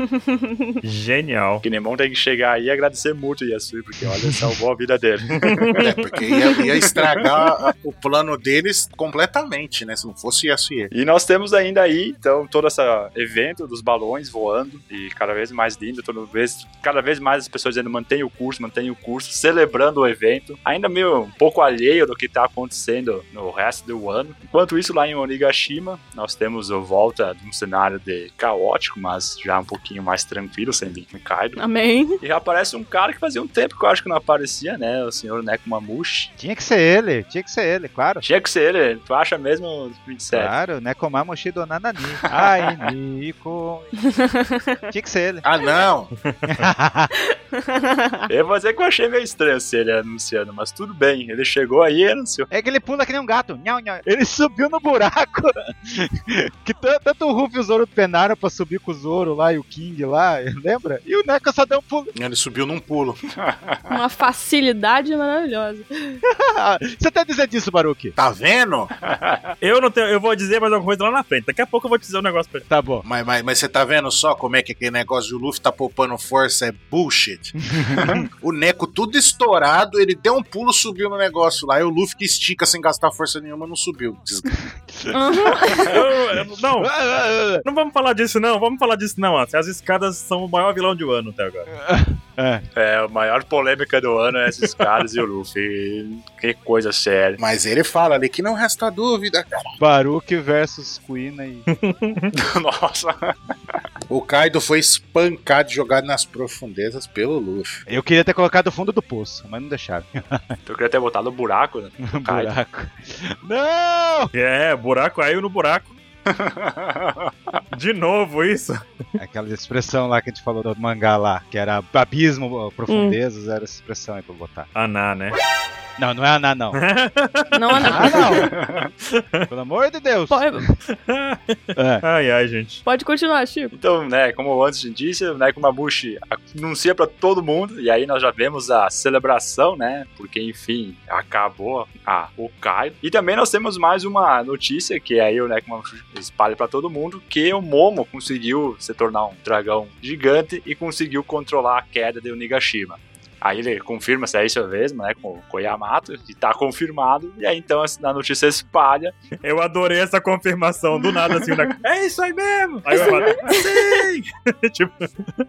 Genial.
O Kinemon tem que chegar aí e agradecer muito o Yasui, porque olha, salvou a vida dele. [LAUGHS]
É, porque ia, ia estragar a- o plano deles completamente, né? Se não fosse Yasuye.
E nós temos ainda aí, então, todo esse evento dos balões voando e cada vez mais lindo, toda vez, cada vez mais as pessoas dizendo mantém o curso, mantém o curso, celebrando o evento, ainda meio um pouco alheio do que está acontecendo no resto do ano. Enquanto isso, lá em Onigashima, nós temos a volta de um cenário de caótico, mas já um pouquinho mais tranquilo, sem Linkin Kaido.
Amém.
E já aparece um cara que fazia um tempo que eu acho que não aparecia, né? O senhor Nekomamushi.
Tinha que ser ele, tinha que ser ele, claro.
Tinha que ser ele, tu acha mesmo, 27?
Claro, né? Komamushi do Nanani. Ai, Nico. Tinha que ser ele.
Ah, não!
Eu vou dizer que eu achei meio estranho se ele anunciando, mas tudo bem, ele chegou aí e anunciou.
É que ele pula que nem um gato. Nhau, nhau. Ele subiu no buraco. [LAUGHS] que tan- tanto o Ruff e o Zoro penaram pra subir com o Zoro lá e o King lá, [LAUGHS] lembra? E o Neko só deu um pulo. [LAUGHS]
Ele subiu num pulo.
Uma facilidade maravilhosa.
Você tá dizendo disso, Baruki?
Tá vendo?
Eu não tenho, eu vou dizer mais alguma coisa lá na frente. Daqui a pouco eu vou te dizer um negócio pra
Tá bom.
Mas, mas, mas você tá vendo só como é que aquele negócio de o Luffy tá poupando força é bullshit? o Neco tudo estourado, ele deu um pulo, subiu no negócio lá. E o Luffy que estica sem gastar força nenhuma não subiu. Desgra-
Uhum.
Eu- eu- não,
[LAUGHS]
não vamos falar disso não, vamos falar disso não, Anson. As escadas são o maior vilão de ano até agora.
É, a maior polêmica do ano é esses caras e o Luffy. Que coisa séria. [LAUGHS]
Mas ele fala ali que não resta dúvida.
Baruki versus Queen aí.
Nossa.
O Kaido foi espancado e jogado nas profundezas pelo Luffy.
Eu queria ter colocado o fundo do poço, mas não deixaram. [LAUGHS]
Eu queria ter botado o buraco, né? [LAUGHS]
Um buraco. Não!
É, buraco aí no buraco. De novo isso.
Aquela expressão lá que a gente falou do mangá lá, que era abismo, uh, profundezas, era essa expressão aí pra eu botar.
Aná, né?
Não, não é Aná, não.
Não, não.
[LAUGHS] Ah, não! [LAUGHS] Pelo amor de Deus!
Pode,
É.
Ai, ai, gente.
pode continuar, Chico.
Então, né, como antes de disse, né, o Nekomamushi anuncia pra todo mundo, e aí nós já vemos a celebração, né, porque, enfim, acabou a Hokkaido. E também nós temos mais uma notícia, que aí o Nekomamushi espalha pra todo mundo, que o Momo conseguiu se tornar um dragão gigante e conseguiu controlar a queda de Onigashima. Aí ele confirma se é isso mesmo, né, com o Koyamato, que tá confirmado, e aí então a notícia espalha,
Eu adorei essa confirmação. Do nada, assim, o Neco, é isso aí mesmo! Aí eu falo, sim! tipo,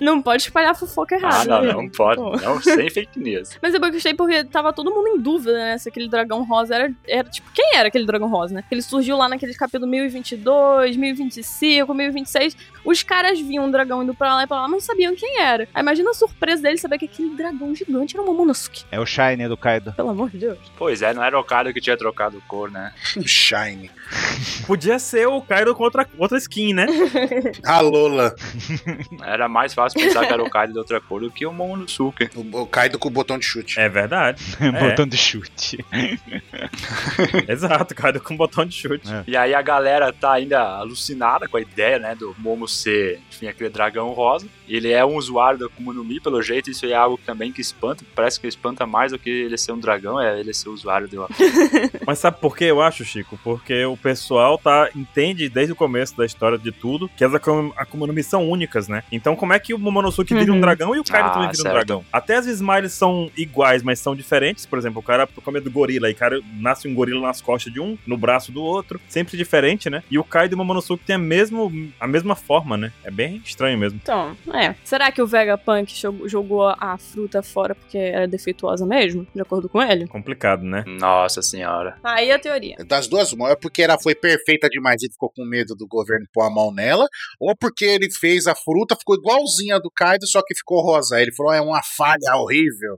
Não pode espalhar fofoca errada.
ah, não,
né?
não pode,
Pô.
não, sem fake news.
Mas eu gostei porque tava todo mundo em dúvida, né? Se aquele dragão rosa era, era tipo, quem era aquele dragão rosa, né? Ele surgiu lá naquele capítulo 1022, 1025, 1026. Os caras viam um dragão indo pra lá e pra lá, mas não sabiam quem era. Aí imagina a surpresa dele saber que aquele dragão gigante era o Momonosuke.
É o Shine do Kaido.
Pelo amor de Deus.
Pois é, não era o cara que tinha trocado cor, né?
Shine.
podia ser o Kaido com outra, outra skin, né?
A Lola.
Era mais fácil pensar que era o cara de outra cor do que o Momonosuke.
O, o Kaido com o botão de chute.
É verdade.
[LAUGHS] Botão de chute.
É, Exato, Kaido com botão de chute.
É.
E aí a galera tá ainda alucinada com a ideia, né, do Momo ser, enfim, aquele dragão rosa. Ele é um usuário da Akuma no Mi, pelo jeito isso é algo também que espanta, parece que espanta mais do que ele ser um dragão, é ele ser usuário de uma
Mas sabe por que eu acho, Chico? Porque o pessoal tá entende desde o começo da história de tudo que as Akuma Akuma no Mi são únicas, né? Então como é que o Momonosuke vira
Uhum.
um dragão e o Kaido
Ah,
também vira
certo.
um dragão? Até as Smiles são iguais, mas são diferentes. Por exemplo, o cara come do gorila e o cara nasce um gorila nas costas de um, no braço do outro, sempre diferente, né? E o Kaido e o Momonosuke têm a, mesmo, a mesma forma, né? É bem estranho mesmo.
Então, é. Será que o Vegapunk jo- jogou a fruta fora porque era defeituosa mesmo? De acordo com ele?
Complicado, né?
Nossa senhora.
Aí a teoria.
Das duas, uma é porque ela foi perfeita demais e ficou com medo do governo pôr a mão nela, ou porque ele fez a fruta, ficou igualzinha a do Kaido, só que ficou rosa. Aí Ele falou: "Ah, é uma falha horrível.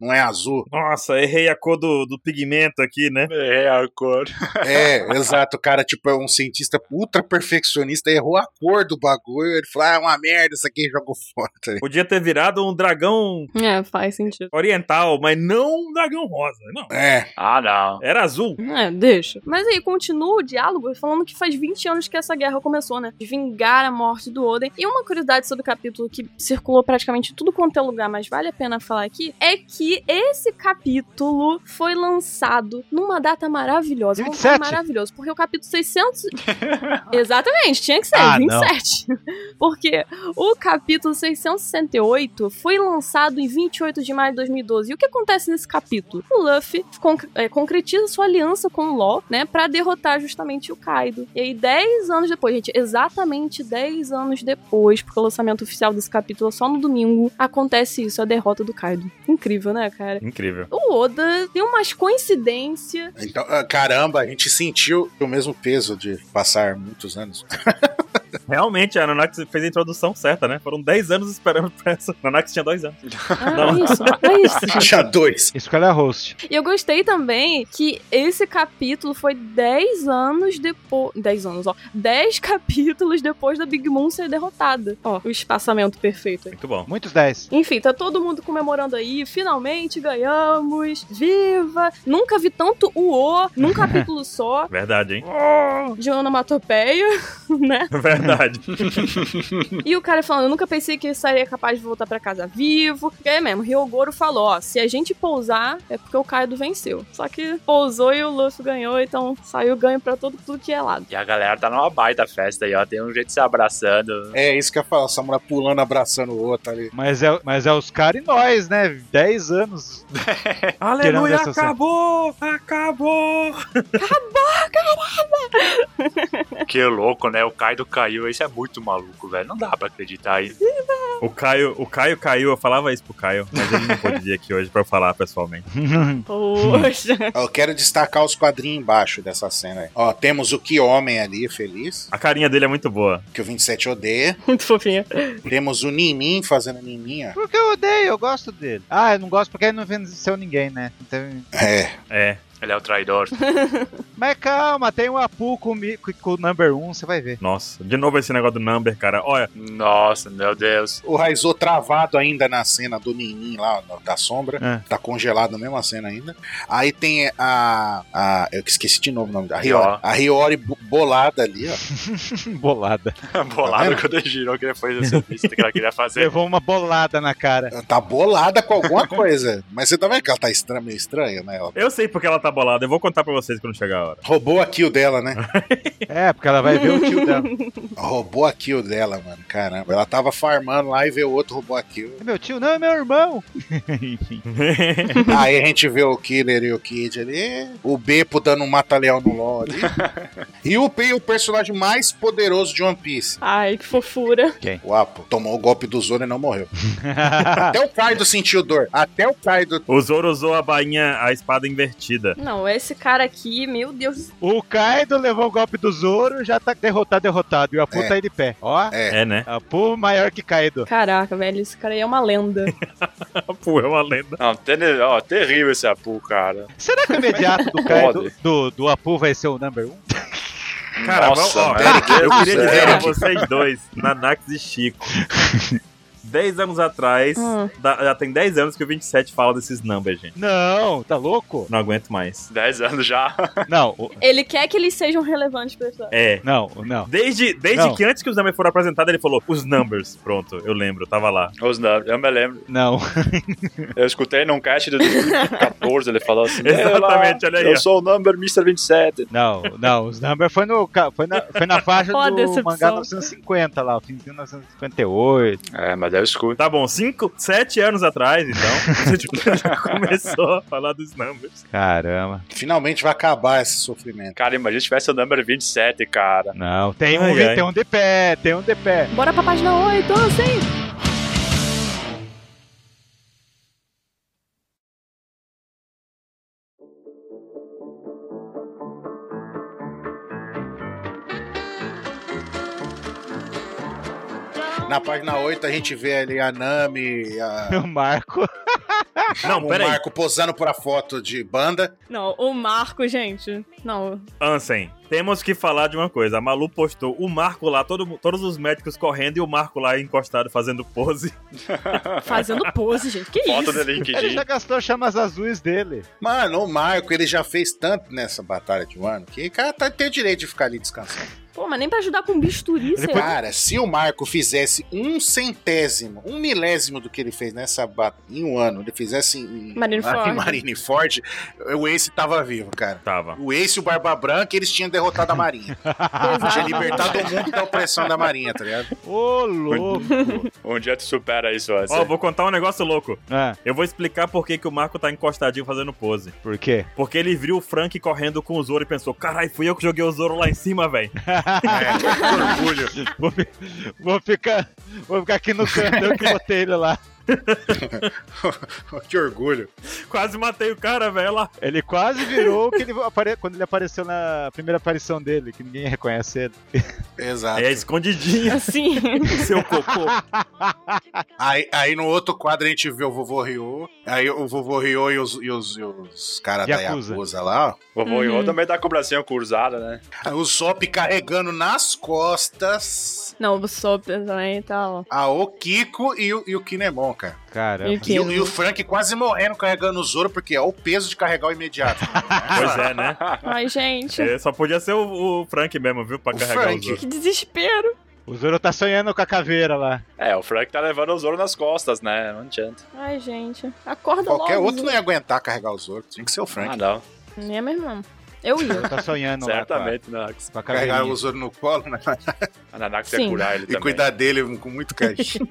Não é azul.
Nossa, errei a cor do, do pigmento aqui, né?
É a cor.
É, exato. O cara, tipo, é um cientista ultra perfeccionista, errou a cor do bagulho. Ele falou: ah, é uma merda, isso aqui jogou fora. tá ligado?
Podia ter virado um dragão
É, faz sentido.
oriental, mas não um dragão rosa, não.
É,
Ah, não.
Era azul.
É, deixa. Mas aí continua o diálogo falando que faz 20 anos que essa guerra começou, né? De vingar a morte do Oden. E uma curiosidade sobre o capítulo que circulou praticamente em tudo quanto é lugar, mas vale a pena falar aqui, é que esse capítulo foi lançado numa data maravilhosa. Um lugar
27.
maravilhoso, porque o capítulo 600 Exatamente, tinha que ser,
Ah, não.
27. [LAUGHS] Porque o capítulo 668 foi lançado em 28 de maio de 2012. E o que acontece nesse capítulo? O Luffy con- é, concretiza sua aliança com o Law, né, pra derrotar justamente o Kaido. E aí, 10 anos depois, gente, exatamente 10 anos depois, porque o lançamento oficial desse capítulo é só no domingo, acontece isso, a derrota do Kaido. Incrível, né, cara?
Incrível.
O Oda tem umas
[LAUGHS]
coincidências.
então, ah, caramba, a gente sentiu o mesmo peso de passar muitos anos. [LAUGHS]
Realmente, a Nanax fez a introdução certa, né? Foram 10 anos esperando pra essa. Nanax tinha 2 anos.
Ah,
Não.
é isso, é isso. gente.
Já dois.
Isso que ela é host.
E eu gostei também que esse capítulo foi 10 anos depois. 10 anos, ó. 10 [LAUGHS] capítulos depois da Big Moon ser derrotada. Ó, o espaçamento perfeito aí.
Muito bom.
Muitos 10.
Enfim, tá todo mundo comemorando aí. Finalmente ganhamos. Viva! Nunca vi tanto uô num capítulo só
Verdade, [LAUGHS] hein?
de onomatopeia, né?
Verdade.
E o cara falando, eu nunca pensei que seria capaz de voltar pra casa vivo. Porque é mesmo, Ryogoro falou, ó, se a gente pousar, é porque o Kaido venceu. Só que pousou e o Luffy ganhou, então saiu ganho pra todo tudo que é lado.
E a galera tá numa baita festa aí, ó. Tem um jeito se abraçando.
É isso que eu ia falar, o Samurai pulando, abraçando o outro
[LAUGHS]
ali.
Mas é, mas é os caras e nós, né? 10 [LAUGHS] anos. Tirando
Aleluia,
essa cena.
acabou! Acabou!
Que louco, né? O Kaido caiu. Esse é muito maluco, velho. Não dá pra acreditar aí.
O Caio, o Caio caiu, eu falava isso pro Caio, mas ele não pôde vir aqui hoje pra eu falar pessoalmente.
[LAUGHS] Poxa.
Eu quero destacar os quadrinhos embaixo dessa cena aí. Ó, temos o Que Homem ali, feliz,
A carinha dele é muito boa.
que o 27 odeia.
Muito fofinha.
Temos o Nimin fazendo Niminha.
Porque eu odeio, eu gosto dele. Ah, eu não gosto porque ele não venceu ninguém, né? Então-
É.
É.
Ele é o traidor.
Mas calma, tem um Apu com, o mi- com o number 1, você vai ver.
Nossa, de novo esse negócio do number, cara. Olha,
Nossa, meu Deus.
O Raizou travado ainda na cena do Nimin lá, no- da sombra.
É.
Tá congelado na mesma cena ainda. Aí tem a. a eu esqueci de novo o nome da Riori.
Riori.
A Riori bo- bolada ali, ó.
Bolada.
Tá
Bolado quando ele girou que ele fez o serviço que ela queria fazer.
Levou uma bolada na cara.
Ela Tá bolada com alguma coisa. Mas você tá vendo que ela tá estranha, meio estranha, né? Ela
eu sei porque ela tá bolada, eu vou contar pra vocês quando chegar a
[LAUGHS]
hora.
roubou a kill dela, né?
É, porque ela vai ver o tio dela.
Roubou a kill dela, mano. Caramba. Ela tava farmando lá e veio o outro roubou a kill. [LAUGHS]
É meu tio, não, é meu
[LAUGHS]
irmão.
Aí a gente vê o Killer e o Kid ali, o Beppo dando um mata-leão no LoL ali. E o Pei, o personagem mais poderoso de One Piece.
Ai, que fofura.
O Apo tomou o golpe do Zoro e não morreu. Até o Kaido sentiu dor. Até o Kaido.
o Zoro usou a bainha, a espada invertida.
Não, esse cara aqui, meu Deus do céu.
o Kaido levou o golpe do Zoro, já tá derrotado, derrotado. E o Apu
É.
tá aí de pé. Ó,
É, né? [LAUGHS]
Apu maior que Kaido.
Caraca, velho, esse cara aí é uma lenda.
Pô, é uma lenda.
Não, ter- ó, terrível esse Apu, cara.
Será que o imediato
[LAUGHS]
do Kaido, do, do Apu vai ser o number 1?
Cara,
Nossa,
vamos, ó,
velho,
eu queria
Deus
dizer
do
pra
céu.
vocês dois, Nanax e Chico. 10 anos atrás.
Hum.
da- já tem 10 anos que o 27 fala desses numbers, gente.
Não, tá louco?
Não aguento mais.
10 anos já.
Não, o-
Ele quer que eles sejam relevantes pra história.
É.
não, não.
Desde, desde
Não.
que antes que os numbers foram apresentados, ele falou os numbers. Pronto, eu lembro, tava lá.
Os nomes, eu me lembro.
Não.
Eu escutei num cast de 2014 ele falou assim:
[LAUGHS] Exatamente,
"Ela,
olha aí, ó."
Eu sou o number Mr. 27.
Não, não, os number foi, no, ca- foi, na, foi na faixa
Ó, a
do
decepção.
mangá 950 lá, o fim de 1958.
É, mas eu escuto.
Tá bom, 5, 7 anos atrás, então, [LAUGHS] você tipo, já começou a falar dos numbers.
Caramba.
Finalmente vai acabar esse sofrimento.
Cara, imagina se tivesse o number 27,
[LAUGHS]
cara.
Não, tem um,
Ai, ai.
tem um de pé, tem um de pé.
Bora pra página 8, sim!
Na página 8 a gente vê ali a Nami,
Ah.
a-
O Marco.
Não,
o
peraí.
Marco posando pra foto de banda.
Não, o Marco, gente. Não.
Ansem, temos que falar de uma coisa. A Malu postou o Marco lá, todo, mu- todos os médicos correndo e o Marco lá encostado fazendo pose. [LAUGHS]
Fazendo pose, gente. Que
Foto
isso?
no
Ele
[LAUGHS]
LinkedIn.
já gastou chamas azuis dele.
Mano, o Marco, ele já fez tanto nessa batalha de Wano que o cara tá, tem o direito de ficar ali descansando.
Pô, mas nem pra ajudar com bisturi, sei lá.
Cara, se o Marco fizesse um centésimo, um milésimo do que ele fez nessa batalha em um ano, ele fizesse [LAUGHS] em,
Marineford.
em Marineford, o Ace tava vivo, cara.
Tava.
O Ace e o Barba Branca, eles tinham derrotado
[LAUGHS]
a Marinha. Tinha
Exato.
libertado o mundo da opressão da Marinha, tá ligado?
Ô, louco.
Um dia tu supera isso, assim.
Ó, vou contar um negócio louco.
ah,
Eu vou explicar por que, que o Marco tá encostadinho fazendo pose.
por quê?
Porque ele viu o Frank correndo com o Zoro e pensou: carai, fui eu que joguei o Zoro lá em cima, velho. [LAUGHS]
É, Orgulho.
[LAUGHS] Vou, fi- vou ficar, vou ficar aqui no canto, eu que botei ele lá.
que orgulho.
Quase matei o cara, velho. lá.
Ele quase virou o que ele apare... quando ele apareceu na primeira aparição dele, que ninguém reconhece ele.
Exato.
É escondidinho, [LAUGHS]
Assim.
seu cocô.
Aí, aí no outro quadro a gente vê o vovô Ryo. Aí o vovô Ryo e os, e os, e os caras da
Yakuza.
Yakuza lá, ó.
Vovô
Uhum.
Ion também tá com o bracinho cruzado, né?
Aí O Sop carregando nas costas
Não, o Sop também e tal.
a Okiko e o, e o Kinemon, cara.
Caramba.
E o
E,
que?
o- e o Frank quase morrendo carregando o Zoro, porque é o peso de carregar
[LAUGHS]
o imediato.
Pois é, né?
Ai, gente.
É, só podia ser o, o Frank mesmo, viu? Pra
O
carregar
Frank.
o Zoro.
Que desespero.
O Zoro tá sonhando com a caveira lá.
[LAUGHS] É, o Frank tá levando o Zoro nas costas, né? Não adianta.
Ai, gente. Acorda
Qualquer
logo.
outro não ia aguentar carregar o Zoro. Tinha que ser o
Ah,
Frank.
não.
Nem é mesmo, não. Eu
O
ia.
[LAUGHS] Zoro tá sonhando lá com a,
Certamente, né?
com a
Carregar o
caveirinha.
Zoro no colo né?
A Nanax ia
Sim.
curar ele
e
também.
cuidar dele com muito carinho.
Gente,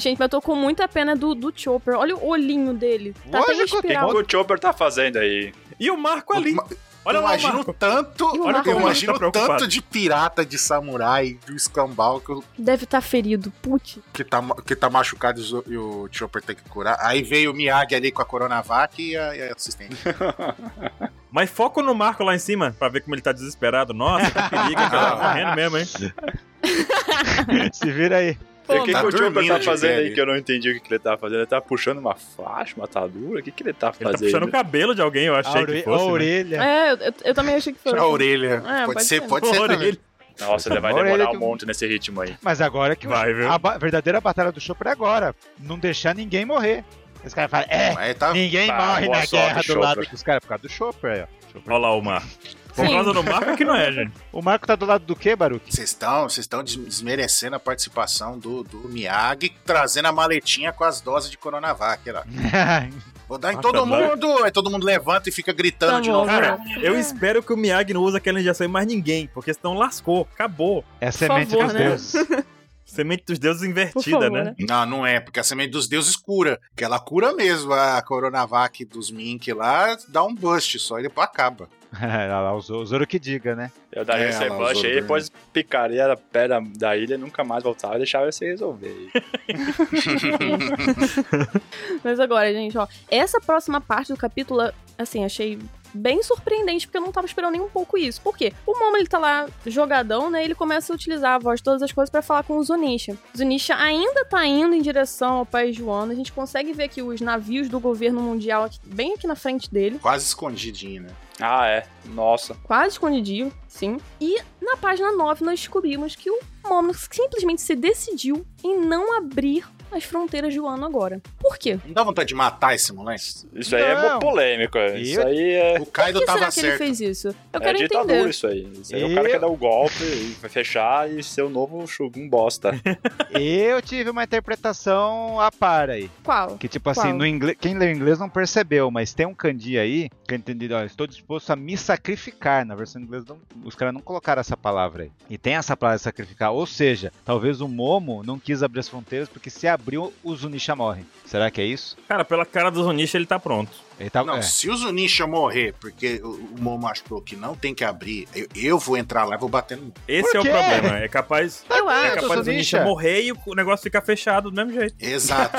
gente, mas eu tô com muita pena do, do Chopper. Olha o olhinho dele. Tá até
Lógico, tem
O
espiral.
que o Chopper tá fazendo aí?
E o Marco ali.
Ma-
Olha lá, o
imagino
Marco.
tanto,
E o
olha,
Marco
eu imagino
tá preocupado.
tanto de pirata, de samurai, do escambau que, eu-
Deve estar ferido. Putz.
que, tá, ma- que tá machucado e o Zo- e o Chopper tem que curar. Aí veio o Miyagi ali com a Coronavac e a, e a assistente.
Mas foco no Marco lá em cima, pra ver como ele tá desesperado. Nossa, tá perigo, cara. Tá
[LAUGHS]
correndo mesmo, hein?
Ah, [LAUGHS] Se vira aí.
Pô,
E o que,
tá
que o Chopper
dormindo
tá
de
fazendo
pé
aí
ali.
que eu não entendi o que, que ele tá fazendo? Ele tá puxando uma faixa, uma atadura? O que, que ele tá
Ele tá
fazendo?
puxando o cabelo de alguém, eu
A,
achei
ore-
que
a
fosse. né?
orelha.
É, eu, eu- eu também achei que foi.
A orelha.
É,
pode,
pode
ser,
ser.
pode ser.
Orelha.
também.
Nossa, ele vai
Orelha
demorar
de
um
um-
monte nesse ritmo aí.
Mas agora é que o-
Vai, viu?
a ba- verdadeira batalha do Chopper é agora. Não deixar ninguém morrer. Os caras falam, é,
Aí tá
ninguém
Tá,
morre
boa
na
sorte,
guerra do
Chopper.
lado dos caras. Por causa do Chopper aí, ó. Chopper.
Olha lá o Marco. Por
Sim.
causa do Marco é que não é, gente.
O Marco tá do lado do quê, [LAUGHS] Baruque?
Vocês estão, vocês estão des- desmerecendo a participação do, do Miyagi, trazendo a maletinha com as doses de Coronavac lá.
É
Vou dar em
Ah, tá
todo
bom.
mundo, aí todo mundo levanta e fica gritando
Tá
de
bom.
novo.
Cara, eu espero que o Miyagi não use aquela injeção em mais ninguém, porque senão lascou, acabou.
É a semente
favor,
dos
né? [LAUGHS]
deuses.
Semente dos deuses
Por
invertida,
favor,
né?
né?
Não, não é, porque a semente dos deuses cura. Que ela cura mesmo a Coronavac dos Mink lá, dá um bust só e depois acaba.
Olha É, lá, o Zoro o Zoro que diga, né?
Eu daria
É,
esse
olha lá, os
rush aí,
outros, é.
depois picaria a pé da, da ilha, nunca mais voltava e deixava você
[LAUGHS]
resolver.
Mas agora, gente, ó. Essa próxima parte do capítulo, assim, achei bem surpreendente, porque eu não tava esperando nem um pouco isso. Por quê? O Momo, ele tá lá jogadão, né? Ele começa a utilizar a voz, todas as coisas, pra falar com o Zunisha. O Zunisha ainda tá indo em direção ao país de Wano. A gente consegue ver aqui os navios do governo mundial aqui- bem aqui na frente dele.
Quase escondidinho, né?
ah, é. Nossa.
quase escondidinho, sim. E na página 9 nós descobrimos que o Momo simplesmente se decidiu em não abrir as fronteiras de Wano agora. Por quê?
Não dá vontade de matar esse moleque?
Isso aí é
Não.
mo- polêmico. é. Isso
Eu-
aí é.
O
Por
Kaido
que
tava
será que ele
certo.
fez isso? Eu
É
quero
ditadura
entender.
isso aí. Isso aí é
Eu-
o cara quer dar o golpe e vai fechar e ser o novo Shogun bosta.
Eu tive uma interpretação a par aí.
Qual?
Que tipo assim,
Qual?
no inglês, quem leu inglês não percebeu, mas tem um kanji aí que eu entendi, ó, estou disposto a me sacrificar. Na versão inglesa, não- os caras não colocaram essa palavra aí. E tem essa palavra sacrificar, ou seja, talvez o Momo não quis abrir as fronteiras porque se abriu, os Unisha morrem. Será que é isso?
Cara, pela cara do Zunisha, ele tá pronto.
Ele tá,
Não,
é.
se o Zunisha morrer, porque o o Momo achou que não tem que abrir, eu, eu vou entrar lá e vou bater no.
Esse
Por
é o
quê? Ah,
problema. É capaz.
Eu
É
acho.
capaz do Zunisha morrer e o negócio ficar fechado do mesmo jeito.
Exato.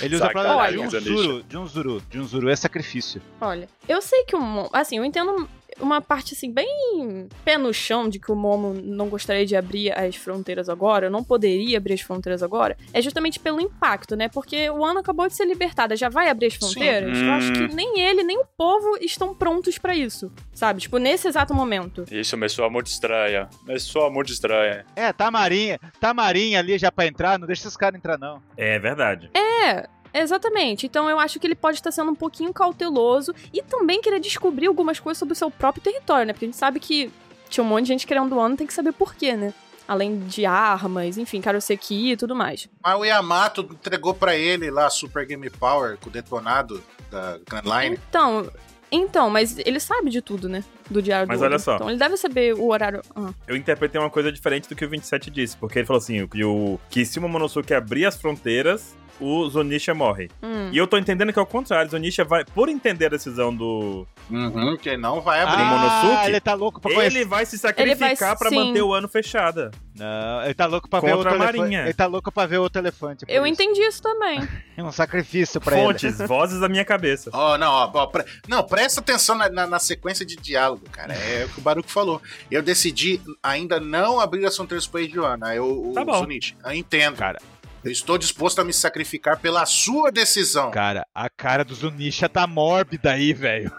Ele usa a palavra de
Sacanagem,
um
Zunisha.
zuru, de um zuru, de um zuru é sacrifício.
Olha, eu sei que o Momo. Assim, eu entendo uma parte, assim, bem pé no chão de que o Momo não gostaria de abrir as fronteiras agora, eu não poderia abrir as fronteiras agora, é justamente pelo impacto, né? Porque o ano acabou de ser libertada, já vai abrir as fronteiras? Eu acho que nem ele, nem o povo estão prontos pra isso, sabe? Tipo, nesse exato momento.
Isso me soa muito estranha. Me soa muito estranha.
É, tá a marinha, tá a marinha ali já pra entrar, não deixa esses caras entrar não.
É verdade.
É. Exatamente. Então eu acho que ele pode estar sendo um pouquinho cauteloso e também querer descobrir algumas coisas sobre o seu próprio território, né? Porque a gente sabe que tinha um monte de gente querendo o ano, tem que saber por quê, né? Além de armas, enfim, Karoseki e tudo mais.
[LAUGHS] Mas o Yamato entregou pra ele lá a Super Game Power com o detonado da Grand Line.
Então, então, mas ele sabe de tudo, né? Do diário
Mas
do Oda.
olha só.
Então ele deve saber o horário. Ah,
Eu interpretei uma coisa diferente do que o 27 disse, porque ele falou assim: que, o, que se o Momonosuke abrir as fronteiras, o Zunisha morre.
hum.
E eu tô entendendo que é o contrário, o Zunisha vai, por entender a decisão do.
Uhum, que não vai abrir.
Ah,
Momonosuke?
ele tá louco pra conhecer.
Ele vai se
Ele vai-
sacrificar pra
sim.
manter o ano fechada.
Não, ele tá louco pra ver
Contra
outro
a
elefante.
marinha.
Ele tá louco pra ver outro elefante. por
Eu
isso.
entendi isso também.
É um sacrifício pra ele.
Fontes, vozes da minha cabeça.
Ó, não, ó, ó, pre- não, presta atenção na, na- na sequência de diálogo, cara. É o que o Baruco falou. Eu decidi ainda não abrir as fronteiras pro Joana. Eu,
Tá
o
bom.
Zunich, eu entendo.
Cara.
Eu estou disposto a me sacrificar pela sua decisão.
Cara, a cara do Zunisha tá mórbida aí, velho.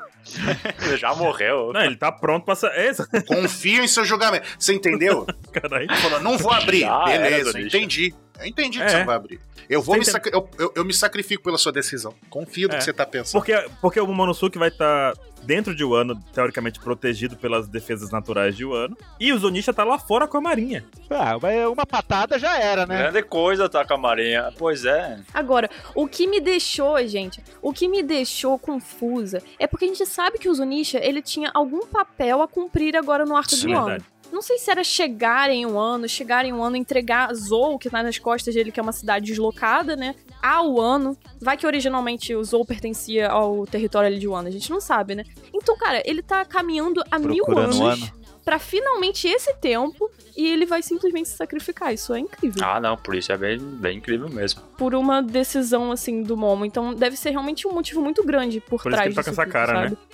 Ele já morreu.
Não, ele tá pronto pra [LAUGHS] sair. Essa,
Confio em seu julgamento. Você entendeu?
caralho.
Ele falou, não vou
[LAUGHS]
abrir.
Ah, é,
Já era,
Beleza,
Zunich.
entendi. Eu entendi que
É.
você não vai abrir. Eu vou
Você
me
entende-
sacri- eu, eu- eu me sacrifico pela sua decisão. Confio no
É.
que você tá pensando.
Porque, porque o Momonosuke vai estar dentro de Wano, teoricamente protegido pelas defesas naturais de Wano, e o Zunisha tá lá fora com a marinha.
Ah, mas uma patada já era, né?
Grande coisa, tá com a marinha. Pois é.
Agora, o que me deixou, gente, o que me deixou confusa é porque a gente sabe que o Zunisha, ele tinha algum papel a cumprir agora no arco
Isso
de
é
Wano.
verdade.
Não sei se era chegar em um ano, chegar em um ano, entregar Zou, que tá nas costas dele, que é uma cidade deslocada, né? A Wano. Vai que originalmente o Zou pertencia ao território ali de Wano, a gente não sabe, né? Então, cara, ele tá caminhando há mil
Procurando
anos
o ano.
pra finalmente esse tempo e ele vai simplesmente se sacrificar. Isso é incrível
Ah, não, por isso é bem, bem incrível mesmo.
por uma decisão, assim, do Momo. Então deve ser realmente um motivo muito grande por,
Por isso
trás
que ele tá com
disso
essa
tudo, sabe?
cara, né?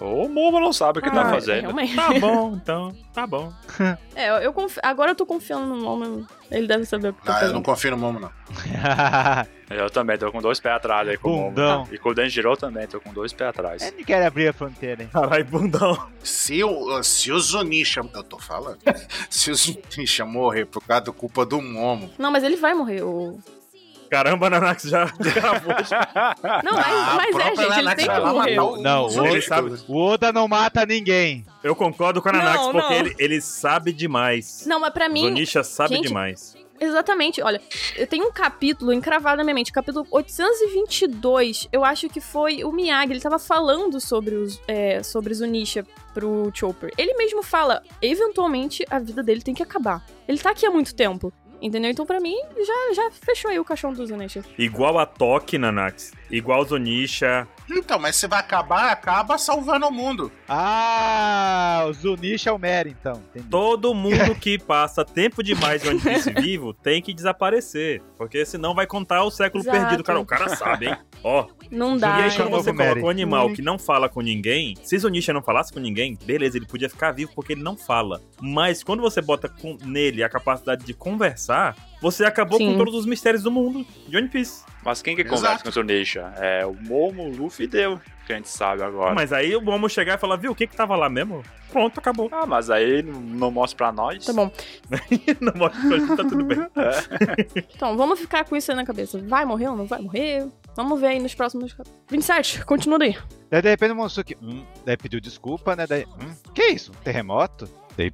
O Momo não sabe o que tá
Ah, é,
fazendo.
Realmente.
Tá bom, então. Tá bom.
É, eu, eu confi- agora eu tô confiando no Momo. Ele deve saber o que tá
Ah, eu não
fazendo.
confio no Momo, não.
[LAUGHS]
Eu também tô com dois pés atrás aí com o
Bundão.
Momo. E com o Denjiro também, tô com dois pés atrás.
ele quer abrir a fronteira, hein?
Caralho, bundão.
Se o, se o Zunisha. Eu tô falando. [LAUGHS] se o Zunisha morrer por causa da culpa do Momo.
Não, mas ele vai morrer. O...
Caramba, Nanax já [LAUGHS] gravou.
Não, mas,
Ah,
mas
a
é,
própria
gente, ele
Lanax
tem
vai
que
lá
morrer.
matar o-
Não,
o
ele tá-
Zunisha.
sabe-
O Oda não mata ninguém.
Eu concordo com a Nanax,
Não,
porque
não.
Ele, ele sabe demais.
Não, mas pra
O
mim,
Zunisha sabe
Gente,
demais.
Exatamente, olha, eu tenho um capítulo encravado na minha mente, capítulo 822, eu acho que foi o Miyagi, ele tava falando sobre os é, sobre Zunisha pro Chopper. Ele mesmo fala, eventualmente a vida dele tem que acabar. Ele tá aqui há muito tempo, entendeu? Então pra mim já já fechou aí o caixão do Zunisha.
Igual a Toque, Nanax. Igual o Zunisha.
Então, mas você vai acabar, acaba salvando o mundo.
Ah, o Zunisha é o Mary, então. Entendi.
[LAUGHS]
Todo mundo que passa tempo demais de One Piece vivo tem que desaparecer. Porque senão vai contar o século
Exato.
perdido. Cara, o cara
[LAUGHS]
sabe, hein? Ó,
Não
E
dá.
aí,
hein?
quando você
Novo Mary.
coloca um animal que não fala com ninguém, se Zunisha não falasse com ninguém, beleza, ele podia ficar vivo porque ele não fala. Mas quando você bota com- nele a capacidade de conversar, Você acabou
Sim.
com todos os mistérios do mundo de One Piece.
[LAUGHS] Mas quem que
Exato.
conversa com o Tornisha? É o Momo, o Luffy e deu, que a gente sabe agora.
Mas aí o Momo chegar e falar, viu, o que que tava lá mesmo? Pronto, acabou. [LAUGHS]
Ah, mas aí não- não mostra pra nós.
Tá bom.
Não mostra pra gente, tá tudo bem.
Então, vamos ficar com isso aí na cabeça. Vai morrer ou não vai morrer? Vamos ver aí nos próximos. cap- 27, continua daí.
Daí de repente o Monsuke. Hum, daí pediu desculpa, né? Daí. Hum, que isso? Terremoto? Daí.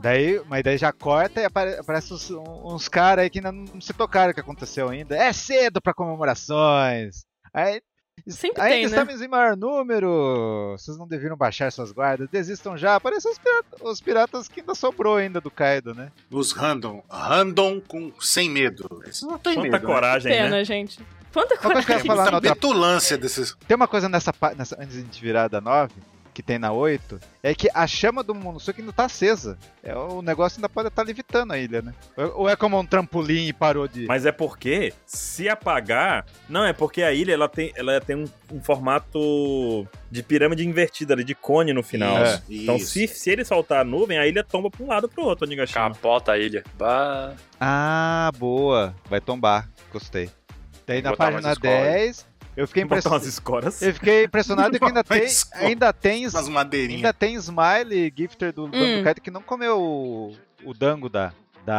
Daí, mas daí já corta e apare- aparece uns, uns caras aí que ainda não se tocaram o que aconteceu ainda. É cedo pra comemorações. Aí,
Sempre
ainda
tem, né?
estamos em maior número. Vocês não deviam baixar suas guardas. Desistam já. Aparecem os piratas, os piratas que ainda sobrou ainda do Kaido, né?
Os random. Random com sem medo. Esses não tem
Quanta
medo. né?
coragem,
Pena,
né?
gente. Quanta
Uma coisa que é eu ia
coragem.
falar na
Essa
outra
petulância desses.
Tem uma coisa nessa, pa- nessa antes de a gente virar da 9, que tem na 8, é que a chama do Momonosuke ainda tá acesa. É, o negócio ainda pode estar levitando a ilha, né? Ou ou é como um trampolim e parou de.
Mas é porque se apagar, não é porque a ilha ela tem, ela tem um, um formato de pirâmide invertida ali de cone no final.
É.
Então se, se ele soltar a nuvem, a ilha tomba pra um lado ou pro outro, Onigashima.
Capota a ilha. Bah.
Ah, boa. Vai tombar. Gostei. Daí na
Botar umas
página
escolas.
10, eu fiquei, impress...
Botar umas escoras.
eu fiquei impressionado que ainda
Botar
tem,
umas escolas.
ainda tem,
Umas
ainda
madeirinhas.
tem Smiley Gifter do
Hum.
hum. Kaido que não comeu o, o dango da.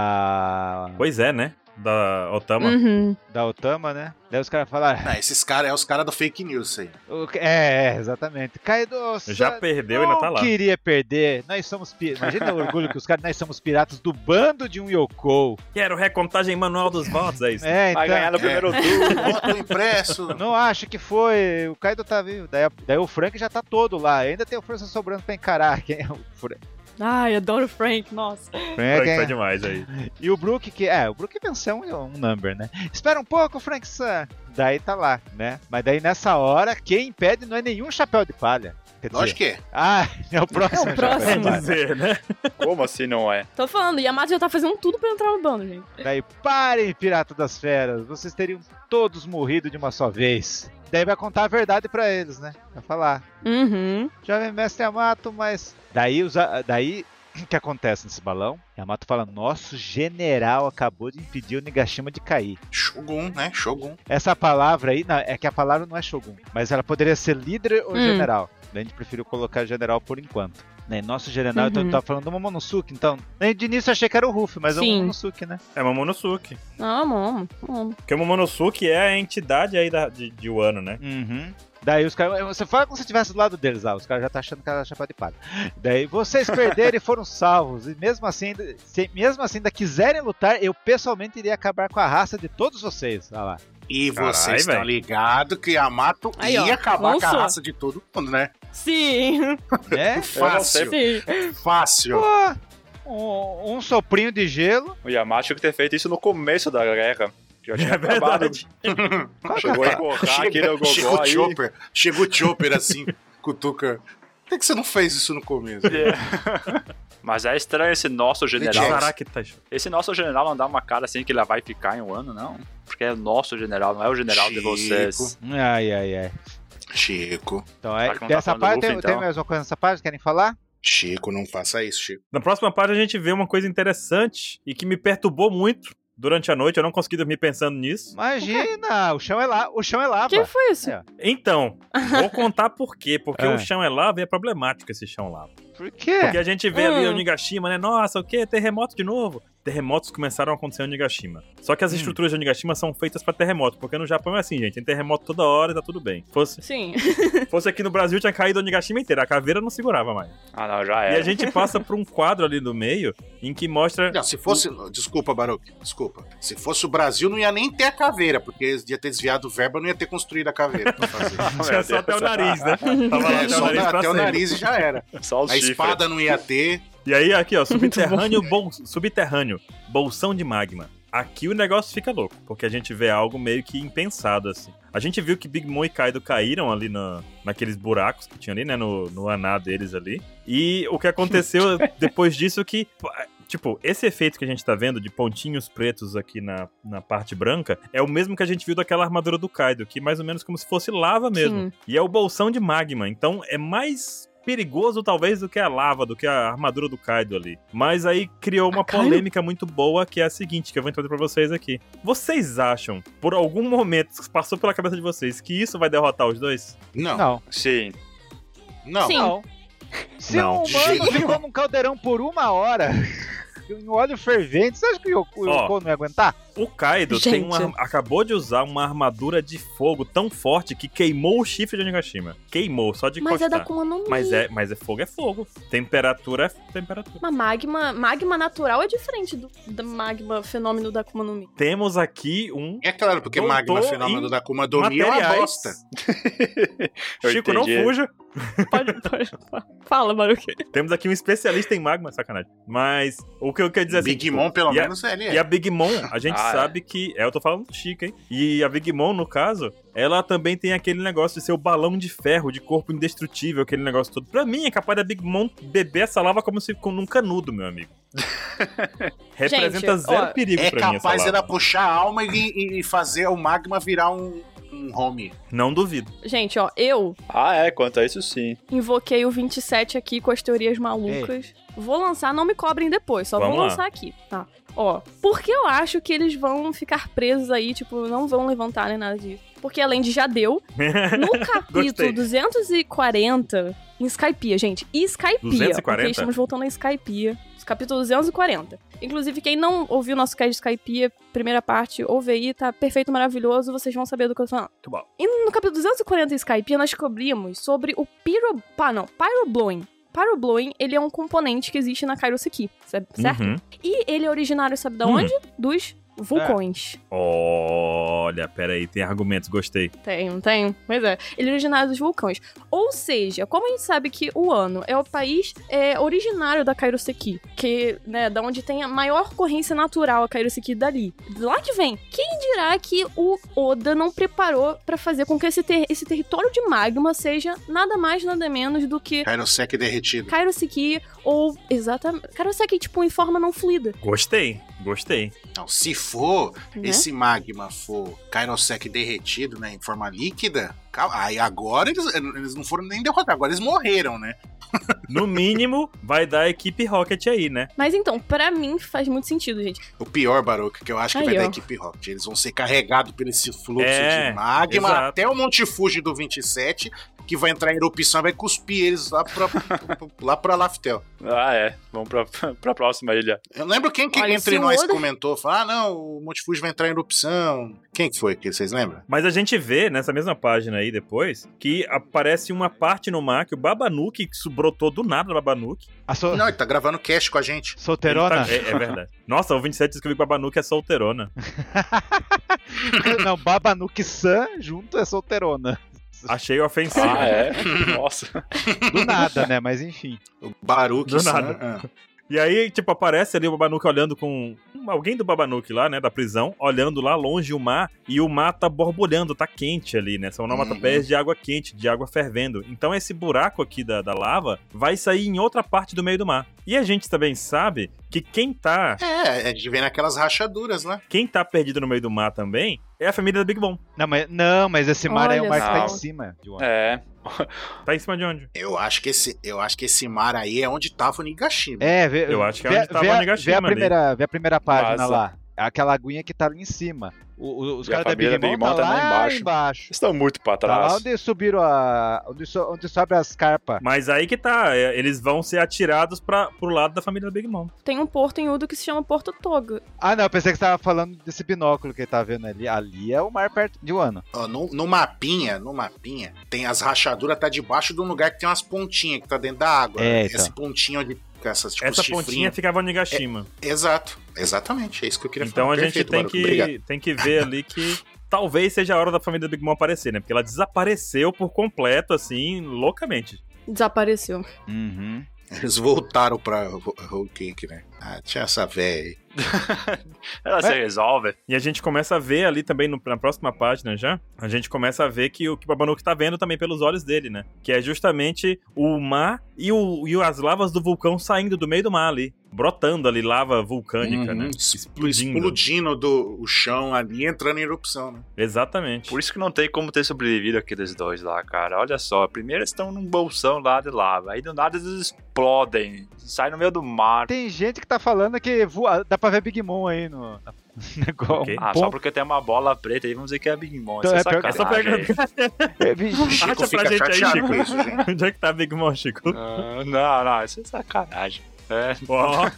Da.
Pois é, né? Da Otama.
Hum.
Uhum.
Da Otama, né? Daí os caras falaram.
Ah, esses caras é os caras do fake news isso aí.
O- É, é, exatamente. Kaido
Já
sa-
perdeu e
não
ainda tá lá.
queria perder. Nós somos pi- Imagina o orgulho que os caras, nós somos piratas do bando de um Yoko.
Quero recontagem manual dos votos, é isso.
É,
Vai ganhar
então.
no
É.
primeiro
[LAUGHS]
turno.
Voto impresso.
Não acho que foi. O Kaido tá vivo. Daí, daí o Frank já tá todo lá. Ainda tem o força sobrando pra encarar. Quem é o Fra-
Ai, adoro o Frank, nossa.
Frank,
Frank tá
é-
demais aí.
E o Brook, que. É, o Brook venceu um, um number, né? Espera um pouco, Frank Sam. Daí tá lá, né? Mas daí nessa hora, quem impede não é nenhum chapéu de palha. Quer dizer,
Lógico que é.
Ah, [LAUGHS] é o próximo.
É o
chapéu de
próximo.
palha.
Quer dizer, né?
Como assim não é?
Tô falando, Yamato já tá fazendo tudo pra entrar no bando, gente.
Daí, Né? parem, pirata das feras, vocês teriam todos morrido de uma só vez. Daí vai contar a verdade pra eles, né? Vai falar,
Uhum.
jovem mestre Yamato, mas... Daí, os a- daí [CLEARS THROAT] o que acontece nesse balão? Yamato fala, nosso general acabou de impedir o Nigashima de cair.
Shogun, né? Shogun.
Essa palavra aí, não, é que a palavra não é Shogun, mas ela poderia ser líder ou
Hum.
general. Daí a gente preferiu colocar general por enquanto. Né? Nosso general, então
Uhum.
tá falando do Momonosuke, então. Nem de início eu achei que era o Ruff, mas é o
Sim.
Momonosuke, né?
É Momonosuke.
Não, amo, amo.
Porque o Momonosuke é a entidade aí da, de, de Wano, né?
Uhum. Daí os caras. Você fala como se estivesse do lado deles lá. Os caras já tá achando que era chapéu de palha. Daí vocês perderam e foram salvos. E mesmo assim, ainda- se mesmo assim ainda quiserem lutar, eu pessoalmente iria acabar com a raça de todos vocês. Olha lá.
E
Carai,
vocês estão
velho.
ligados que Yamato
Aí, ó,
ia acabar com a
lançou.
raça de todo mundo, né?
Sim,
[LAUGHS]
Né?
Fácil,
sim. É
fácil.
Pô, um, um soprinho de gelo.
O Yamato tinha que ter feito isso no começo da guerra. Já tinha
É
acabado. [LAUGHS]
verdade.
Chegou a engorrar aquele é
Chega- Chegou
gogó
o
aí.
Chopper, chegou o Chopper assim, [LAUGHS] cutuca. Por que, que você não fez isso no começo?
[LAUGHS] É. Mas é estranho esse nosso general.
Gente,
Caraca, tá
Esse nosso general não dá uma cara assim que ele vai ficar em um ano, não. Porque é o nosso general, não é o general de
Chico.
vocês.
Ai, ai, ai.
Chico,
Então é.
Será que não tá
Dessa
falando do
parte
Luffy,
tem,
então?
tem mais uma coisa nessa parte? Querem falar?
Chico, não faça isso, Chico.
Na próxima página a gente vê uma coisa interessante e que me perturbou muito durante a noite. Eu não consegui dormir pensando nisso.
Imagina! O chão é lá. O chão é lava.
que foi isso?
É.
Então, vou contar por quê. Porque
Ah.
o chão é lava e é problemático esse chão lava.
Por quê?
Porque a gente vê ali
Hum.
o Nigashima, né? Nossa, o quê? Terremoto de novo? Terremotos começaram a acontecer em Onigashima. Só que as
Hum.
estruturas de Onigashima são feitas pra terremoto, porque no Japão é assim, gente. Tem terremoto toda hora e tá tudo bem.
[LAUGHS]
Fosse,
Sim.
fosse aqui no Brasil, tinha caído Onigashima inteira. A caveira não segurava mais.
Ah, não, já
E a
era.
gente passa por um quadro ali no meio em que mostra.
Não, se fosse. Desculpa, Baruque, desculpa. Se fosse o Brasil, não ia nem ter a caveira, porque eles ia ter desviado verba, não ia ter construído a caveira pra fazer.
Oh,
Tinha [LAUGHS] só até o nariz, né? Tava lá
É,
até o
só
nariz
até
pra
o
sempre.
nariz e já era.
Só os
A
chifres.
espada não ia ter.
E aí, aqui, ó, subterrâneo, bol- subterrâneo, bolsão de magma. Aqui o negócio fica louco, porque a gente vê algo meio que impensado, assim. A gente viu que Big Mom e Kaido caíram ali na, naqueles buracos que tinha ali, né? No, no aná deles ali. E o que aconteceu depois disso é que. Tipo, esse efeito que a gente tá vendo de pontinhos pretos aqui na, na parte branca é o mesmo que a gente viu daquela armadura do Kaido, que mais ou menos como se fosse lava mesmo.
Sim.
E é o bolsão de magma. Então é mais perigoso, talvez, do que a lava, do que a armadura do Kaido ali. Mas aí criou uma
A Kaido?
polêmica muito boa que é a seguinte, que eu vou trazer pra vocês aqui. Vocês acham, por algum momento, que passou pela cabeça de vocês, que isso vai derrotar os dois?
Não, não.
Não.
Sim.
Sim.
Não. Se
Não.
um
De
humano
jeito
ficou num caldeirão por uma hora, [LAUGHS] em óleo fervente, você acha que o Yoko, o
Ó.
Yoko não ia aguentar?
O Kaido tem
Gente.
uma, acabou de usar uma armadura de fogo tão forte que queimou o chifre de Onigashima. Queimou, só de
Mas é da
encostar.
Kuma no Mi.
Mas é, mas é fogo é fogo. Temperatura é temperatura.
Mas magma, magma natural é diferente do, do magma fenômeno da Kuma no Mi.
Temos aqui um
É claro, porque
Voltou
Magma
em
Fenômeno da Kuma Domi é uma
materiais. [LAUGHS]
bosta.
Eu
Chico,
entendi.
não fuja.
Pode, [LAUGHS] pode, pode. Fala, Baruque.
Temos aqui um especialista em magma, sacanagem. Mas o que eu quero dizer assim,
Big
tipo,
Mom, pelo
e a-
menos, ele é.
E a Big Mom, a
[LAUGHS]
gente
Ah, é.
sabe que. É, eu tô falando chique, hein? E a Big Mom, no caso, ela também tem aquele negócio de ser o balão de ferro, de corpo indestrutível, aquele negócio todo. Pra mim, é capaz da Big Mom beber essa lava como se com um canudo, meu
[LAUGHS]
amigo. Representa
Gente,
zero
ó,
perigo
É
pra mim
capaz
essa lava.
era puxar a alma e, e fazer o magma virar um, um home.
Não duvido.
Gente, ó, eu
Ah, é, quanto a isso sim.
invoquei o 27 aqui com as teorias malucas. Vou lançar, não me cobrem depois, só
É. Vamos
vou
lá.
lançar aqui, tá? Ó, porque eu acho que eles vão ficar presos aí, tipo, não vão levantar nem nada disso. Porque além de já deu, no
[LAUGHS]
capítulo
Gostei.
240, em Skypia, gente, e Skypia,
240?
porque estamos voltando a Skypia, capítulo 240. Inclusive, quem não ouviu nosso cast de Skypia, primeira parte, ouve aí, tá perfeito, maravilhoso, vocês vão saber do que eu tô falando.
Muito bom.
E no capítulo 240 em Skype, nós descobrimos sobre o pyro... Pá, não, pyroblowing. Pyroblowing, ele é um componente que existe na Kairoseki, cer- [LAUGHS] certo?
Uhum.
E ele é originário, sabe da
Hum.
onde? Dos vulcões.
Olha, peraí, tem argumentos, gostei.
Tem, tem. Pois é. Ele é originário dos vulcões. Ou seja, como a gente sabe que o ano é o país é, originário da Kairoseki, que, né, da onde tem a maior ocorrência natural a Kairoseki dali. De Lá que vem. Quem dirá que o Oda não preparou pra fazer com que esse, ter- esse território de magma seja nada mais, nada menos do que
Kairosek derretido.
Kairoseki ou. Exatamente. Kairoseki, tipo, em forma não fluida.
Gostei, gostei.
Não, Então, se for,
Né?
esse magma for Kairosek derretido, né, em forma líquida, cal- aí agora eles, eles não foram nem derrotados, agora eles morreram, né?
No mínimo, vai dar a equipe Rocket aí, né?
Mas então, pra mim faz muito sentido, gente.
O pior, Baroque, que eu acho que
Aí,
vai
ó.
dar equipe Rocket. Eles vão ser carregados por esse fluxo
É,
de magma
exato.
até o Monte Fuji do 27, que vai entrar em erupção e vai cuspir eles lá pra, [LAUGHS] lá pra Laftel.
Ah, é. Vamos pra, [LAUGHS] pra próxima ilha.
Eu lembro quem que
Olha,
entre
se o
nós
Oda-
comentou, falou, ah, não, o Monte Fuji vai entrar em erupção. Quem que foi que vocês lembram?
Mas a gente vê nessa mesma página aí depois que aparece uma parte no mar que o Babanuki, que isso brotou do nada do Babanuki.
A so-
Não, ele tá gravando cast com a gente.
solteirona?
Ele tá- É, é verdade. Nossa, o 27 escreveu que Babanuki é solteirona. tá
não, Babanuki-san junto é solteirona.
Achei ofensivo.
Ah, é?
[LAUGHS]
Nossa.
Do nada, né? Mas enfim.
O Baruque.
Do
Sam,
nada.
ah.
E aí, tipo, aparece ali o Babanuki olhando com um, alguém do Babanuki lá, né, da prisão, olhando lá longe o mar, e o mar tá borbulhando, tá quente ali, né? São onomatopeias de água quente, de água fervendo. Então esse buraco aqui da, da lava vai sair em outra parte do meio do mar. E a gente também sabe que quem tá
É, a gente vem naquelas rachaduras, né?
Quem tá perdido no meio do mar também é a família da Big Mom.
Não, mas, não, mas esse mar é o
Olha
mar que tá em
só.
cima. de uma-
É.
Tá em cima de onde?
Eu acho que esse, eu acho que esse mar aí é onde tava o Nigashima.
É, vê,
Eu acho que é
vê,
onde tava
vê
o
a-
Onigashima
vê a
ali.
primeira, vê a primeira página
Vaza.
lá. Aquela aguinha que tá ali em cima. O- o- os
E a
caras da Big
família
Mom,
da Big Mom
tá
tá
lá
lá
embaixo.
embaixo. Vocês estão muito pra
Tá lá
trás.
onde subiram a. Onde, so- onde sobe as carpas.
Mas aí que tá, é, eles vão ser atirados pra, pro lado da família da Big Mom.
Tem um porto em Udo que se chama Porto Toga.
Ah, não, eu pensei que você tava falando desse binóculo que ele tá vendo ali. Ali é o mar perto de Wano.
Ó, no, no mapinha, no mapinha, tem as rachaduras, tá debaixo de um lugar que tem umas pontinhas que tá dentro da água.
É,
Essa
então.
pontinha onde fica essas tipo
Essa
chifrinho.
pontinha ficava no Nigashima.
Exato, exatamente, é isso que eu queria
então
falar.
a gente
Perfeito,
tem,
Baruco, obrigado. [LAUGHS]
que, tem que ver ali que talvez seja a hora da família da Big Mom aparecer, né? Porque ela desapareceu por completo, assim, loucamente.
Desapareceu.
Uhum.
Eles voltaram pra Whole Cake, né? Ah, tinha essa véia aí.
Ela se resolve.
E a gente começa a ver ali também, no- na próxima página já, a gente começa a ver que o que o Babanuki tá vendo também pelos olhos dele, né? Que é justamente o mar e, o, e as lavas do vulcão saindo do meio do mar ali. Brotando ali, lava vulcânica,
Uhum.
né?
Uhum. Explodindo.
Explodindo.
Explodindo do o chão ali, entrando em erupção, né?
Exatamente.
Por isso que não tem como ter sobrevivido aqueles dois lá, cara. Olha só, primeiro eles estão num bolsão lá de lava, aí do nada eles explodem, saem no meio do mar.
Tem gente que tá falando que voa- dá pra ver Big Mom aí no [LAUGHS] no negócio.
Ok.
Um
Ah, só
ponto-
porque tem uma bola preta aí, vamos dizer que é a Big Mom.
Então,
Isso é,
é pior que-
É só
sacanagem.
pegando. Ah,
Chico
Acha pra
fica
gente aí,
chateado
Chico.
com isso, gente.
[LAUGHS] Onde é que tá Big Mom, Chico?
Ah, não, não, isso é sacanagem. É,
Ó,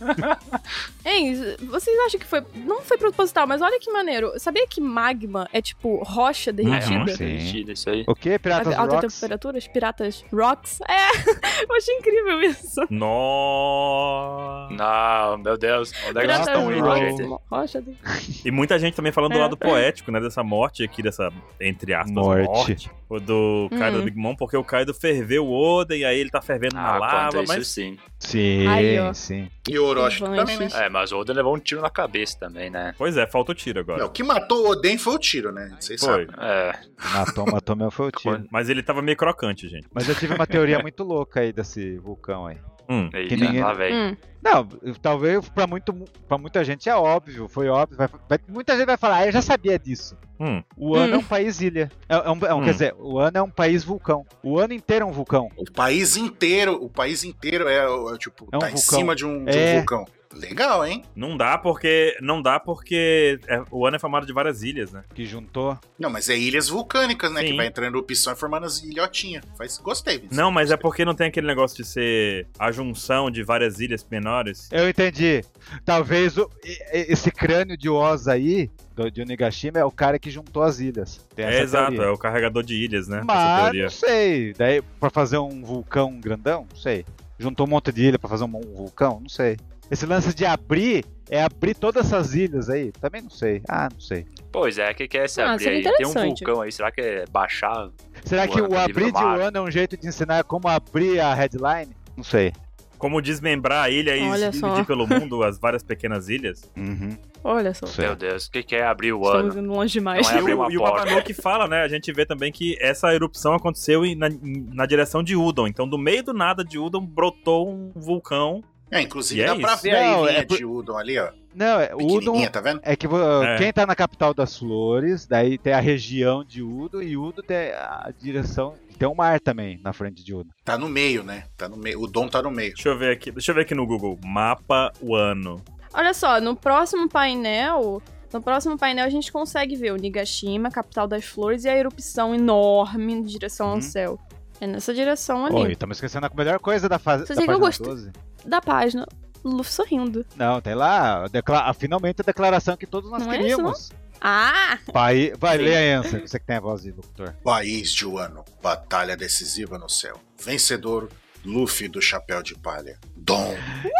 Hein, vocês acham que foi. Não foi proposital, mas olha que maneiro. Sabia que magma é tipo rocha derretida?
Uhum.
Sim.
mentira isso aí.
O que? Piratas
A- Alta
Rocks?
temperatura, os piratas rocks. É, [LAUGHS] eu achei incrível isso.
nossa.
Não, meu Deus, onde é que vocês
Piratas
estão indo,
rocks,
gente?
rocha derretida.
E muita gente também falando do
É.
lado poético, né? Dessa morte aqui, dessa, entre aspas,
Morte.
morte. o do Kaido do Big Mom, porque o Kaido ferveu o Oden, e aí ele tá fervendo na
Ah,
lava,
quanto a
mas
isso sim.
Sim,
Aí, ó.
sim.
E o Orochi também, né?
É, mas o Oda levou um tiro na cabeça também, né?
Pois é, falta o tiro agora.
Não, o que matou o Oden foi o tiro, né? Vocês
Foi.
sabem.
É,
Matou, matou meu
[LAUGHS]
foi o tiro.
Mas ele tava meio crocante, gente.
Mas eu tive uma teoria muito louca aí desse vulcão aí.
Hum.
eita,
ninguém-
lá vem.
Hum.
Não, talvez pra, muito, pra muita gente é óbvio, foi óbvio. vai- vai- muita gente vai falar, ah, eu já sabia disso.
Hum.
O ano
Hum.
é um país ilha. É, é um, é um-
Hum.
Quer dizer, o ano é um país vulcão. O ano inteiro é um vulcão.
O país inteiro, o país inteiro é, é, tipo,
É um
tá em
vulcão.
cima de um, de um
É.
vulcão. Legal, hein?
Não dá porque. Não dá porque é- o ano é formado de várias ilhas, né?
Que juntou.
Não, mas é ilhas vulcânicas, né?
Sim.
Que vai entrando opção e formando as ilhotinhas. Faz, gostei, Vinícius.
Não, mas é porque não tem aquele negócio de ser a junção de várias ilhas menores.
Eu entendi. Talvez o- e- e- esse crânio de Oz aí, do, de Onigashima, é o cara que juntou as ilhas. Tem
É
essa
exato,
teoria.
é o carregador de ilhas, né? Essa
Mas
teoria.
não sei. Daí, pra fazer um vulcão grandão, não sei. Juntou um monte de ilha pra fazer um, um vulcão, não sei. Esse lance de abrir é abrir todas essas ilhas aí? Também não sei. Ah, não sei.
Pois é, o que, que é esse
Ah,
abrir
seria
aí? Tem um
interessante.
vulcão aí, será que é baixar?
Será que
Mano,
o
tá
abrir
livre do
de
mar.
Wano é um jeito de ensinar como abrir a headline? Não sei.
Como desmembrar a ilha e
Olha
dividir
só.
pelo mundo as várias pequenas ilhas.
Uhum.
Olha só.
Não sei.
Meu Deus, o que, que é abrir o
Estamos
ano?
indo longe demais.
Não é
E
abrir
o,
uma
e o
porta.
Babanuki fala, né? A gente vê também que essa erupção aconteceu em- na, em- na direção de Udon. Então, do meio do nada de Udon, brotou um vulcão.
É, inclusive
E é
dá pra
isso.
ver a
Não,
ilhinha
é por-
de Udon ali, ó.
Não, é, o Udon
Pequenininha, tá vendo?
é que vo-
É.
quem tá na capital das flores, daí tem a região de Udo e Udo tem a direção. Tem um mar também na frente de Udo.
Tá no meio, né? Tá no meio. O Dom tá no meio.
Deixa eu ver aqui. Deixa eu ver aqui no Google. Mapa Wano.
[LAUGHS] Olha só, no próximo painel. No próximo painel a gente consegue ver o Nigashima, capital das flores, e a erupção enorme em direção
Uhum.
ao céu. É nessa direção ali.
Oi, estamos esquecendo a melhor coisa da fase.
Vocês
da
veem que eu
página
gosto-
12.
Da página, Luffy sorrindo.
Não, tem lá. a decla- a- finalmente a declaração que todos nós
Não é isso,
queríamos.
Ah!
Vai, vai
Sim.
ler a Ansem, você que tem a voz de locutor.
País de Wano. Batalha decisiva no céu. Vencedor, Luffy do Chapéu de Palha. Dom.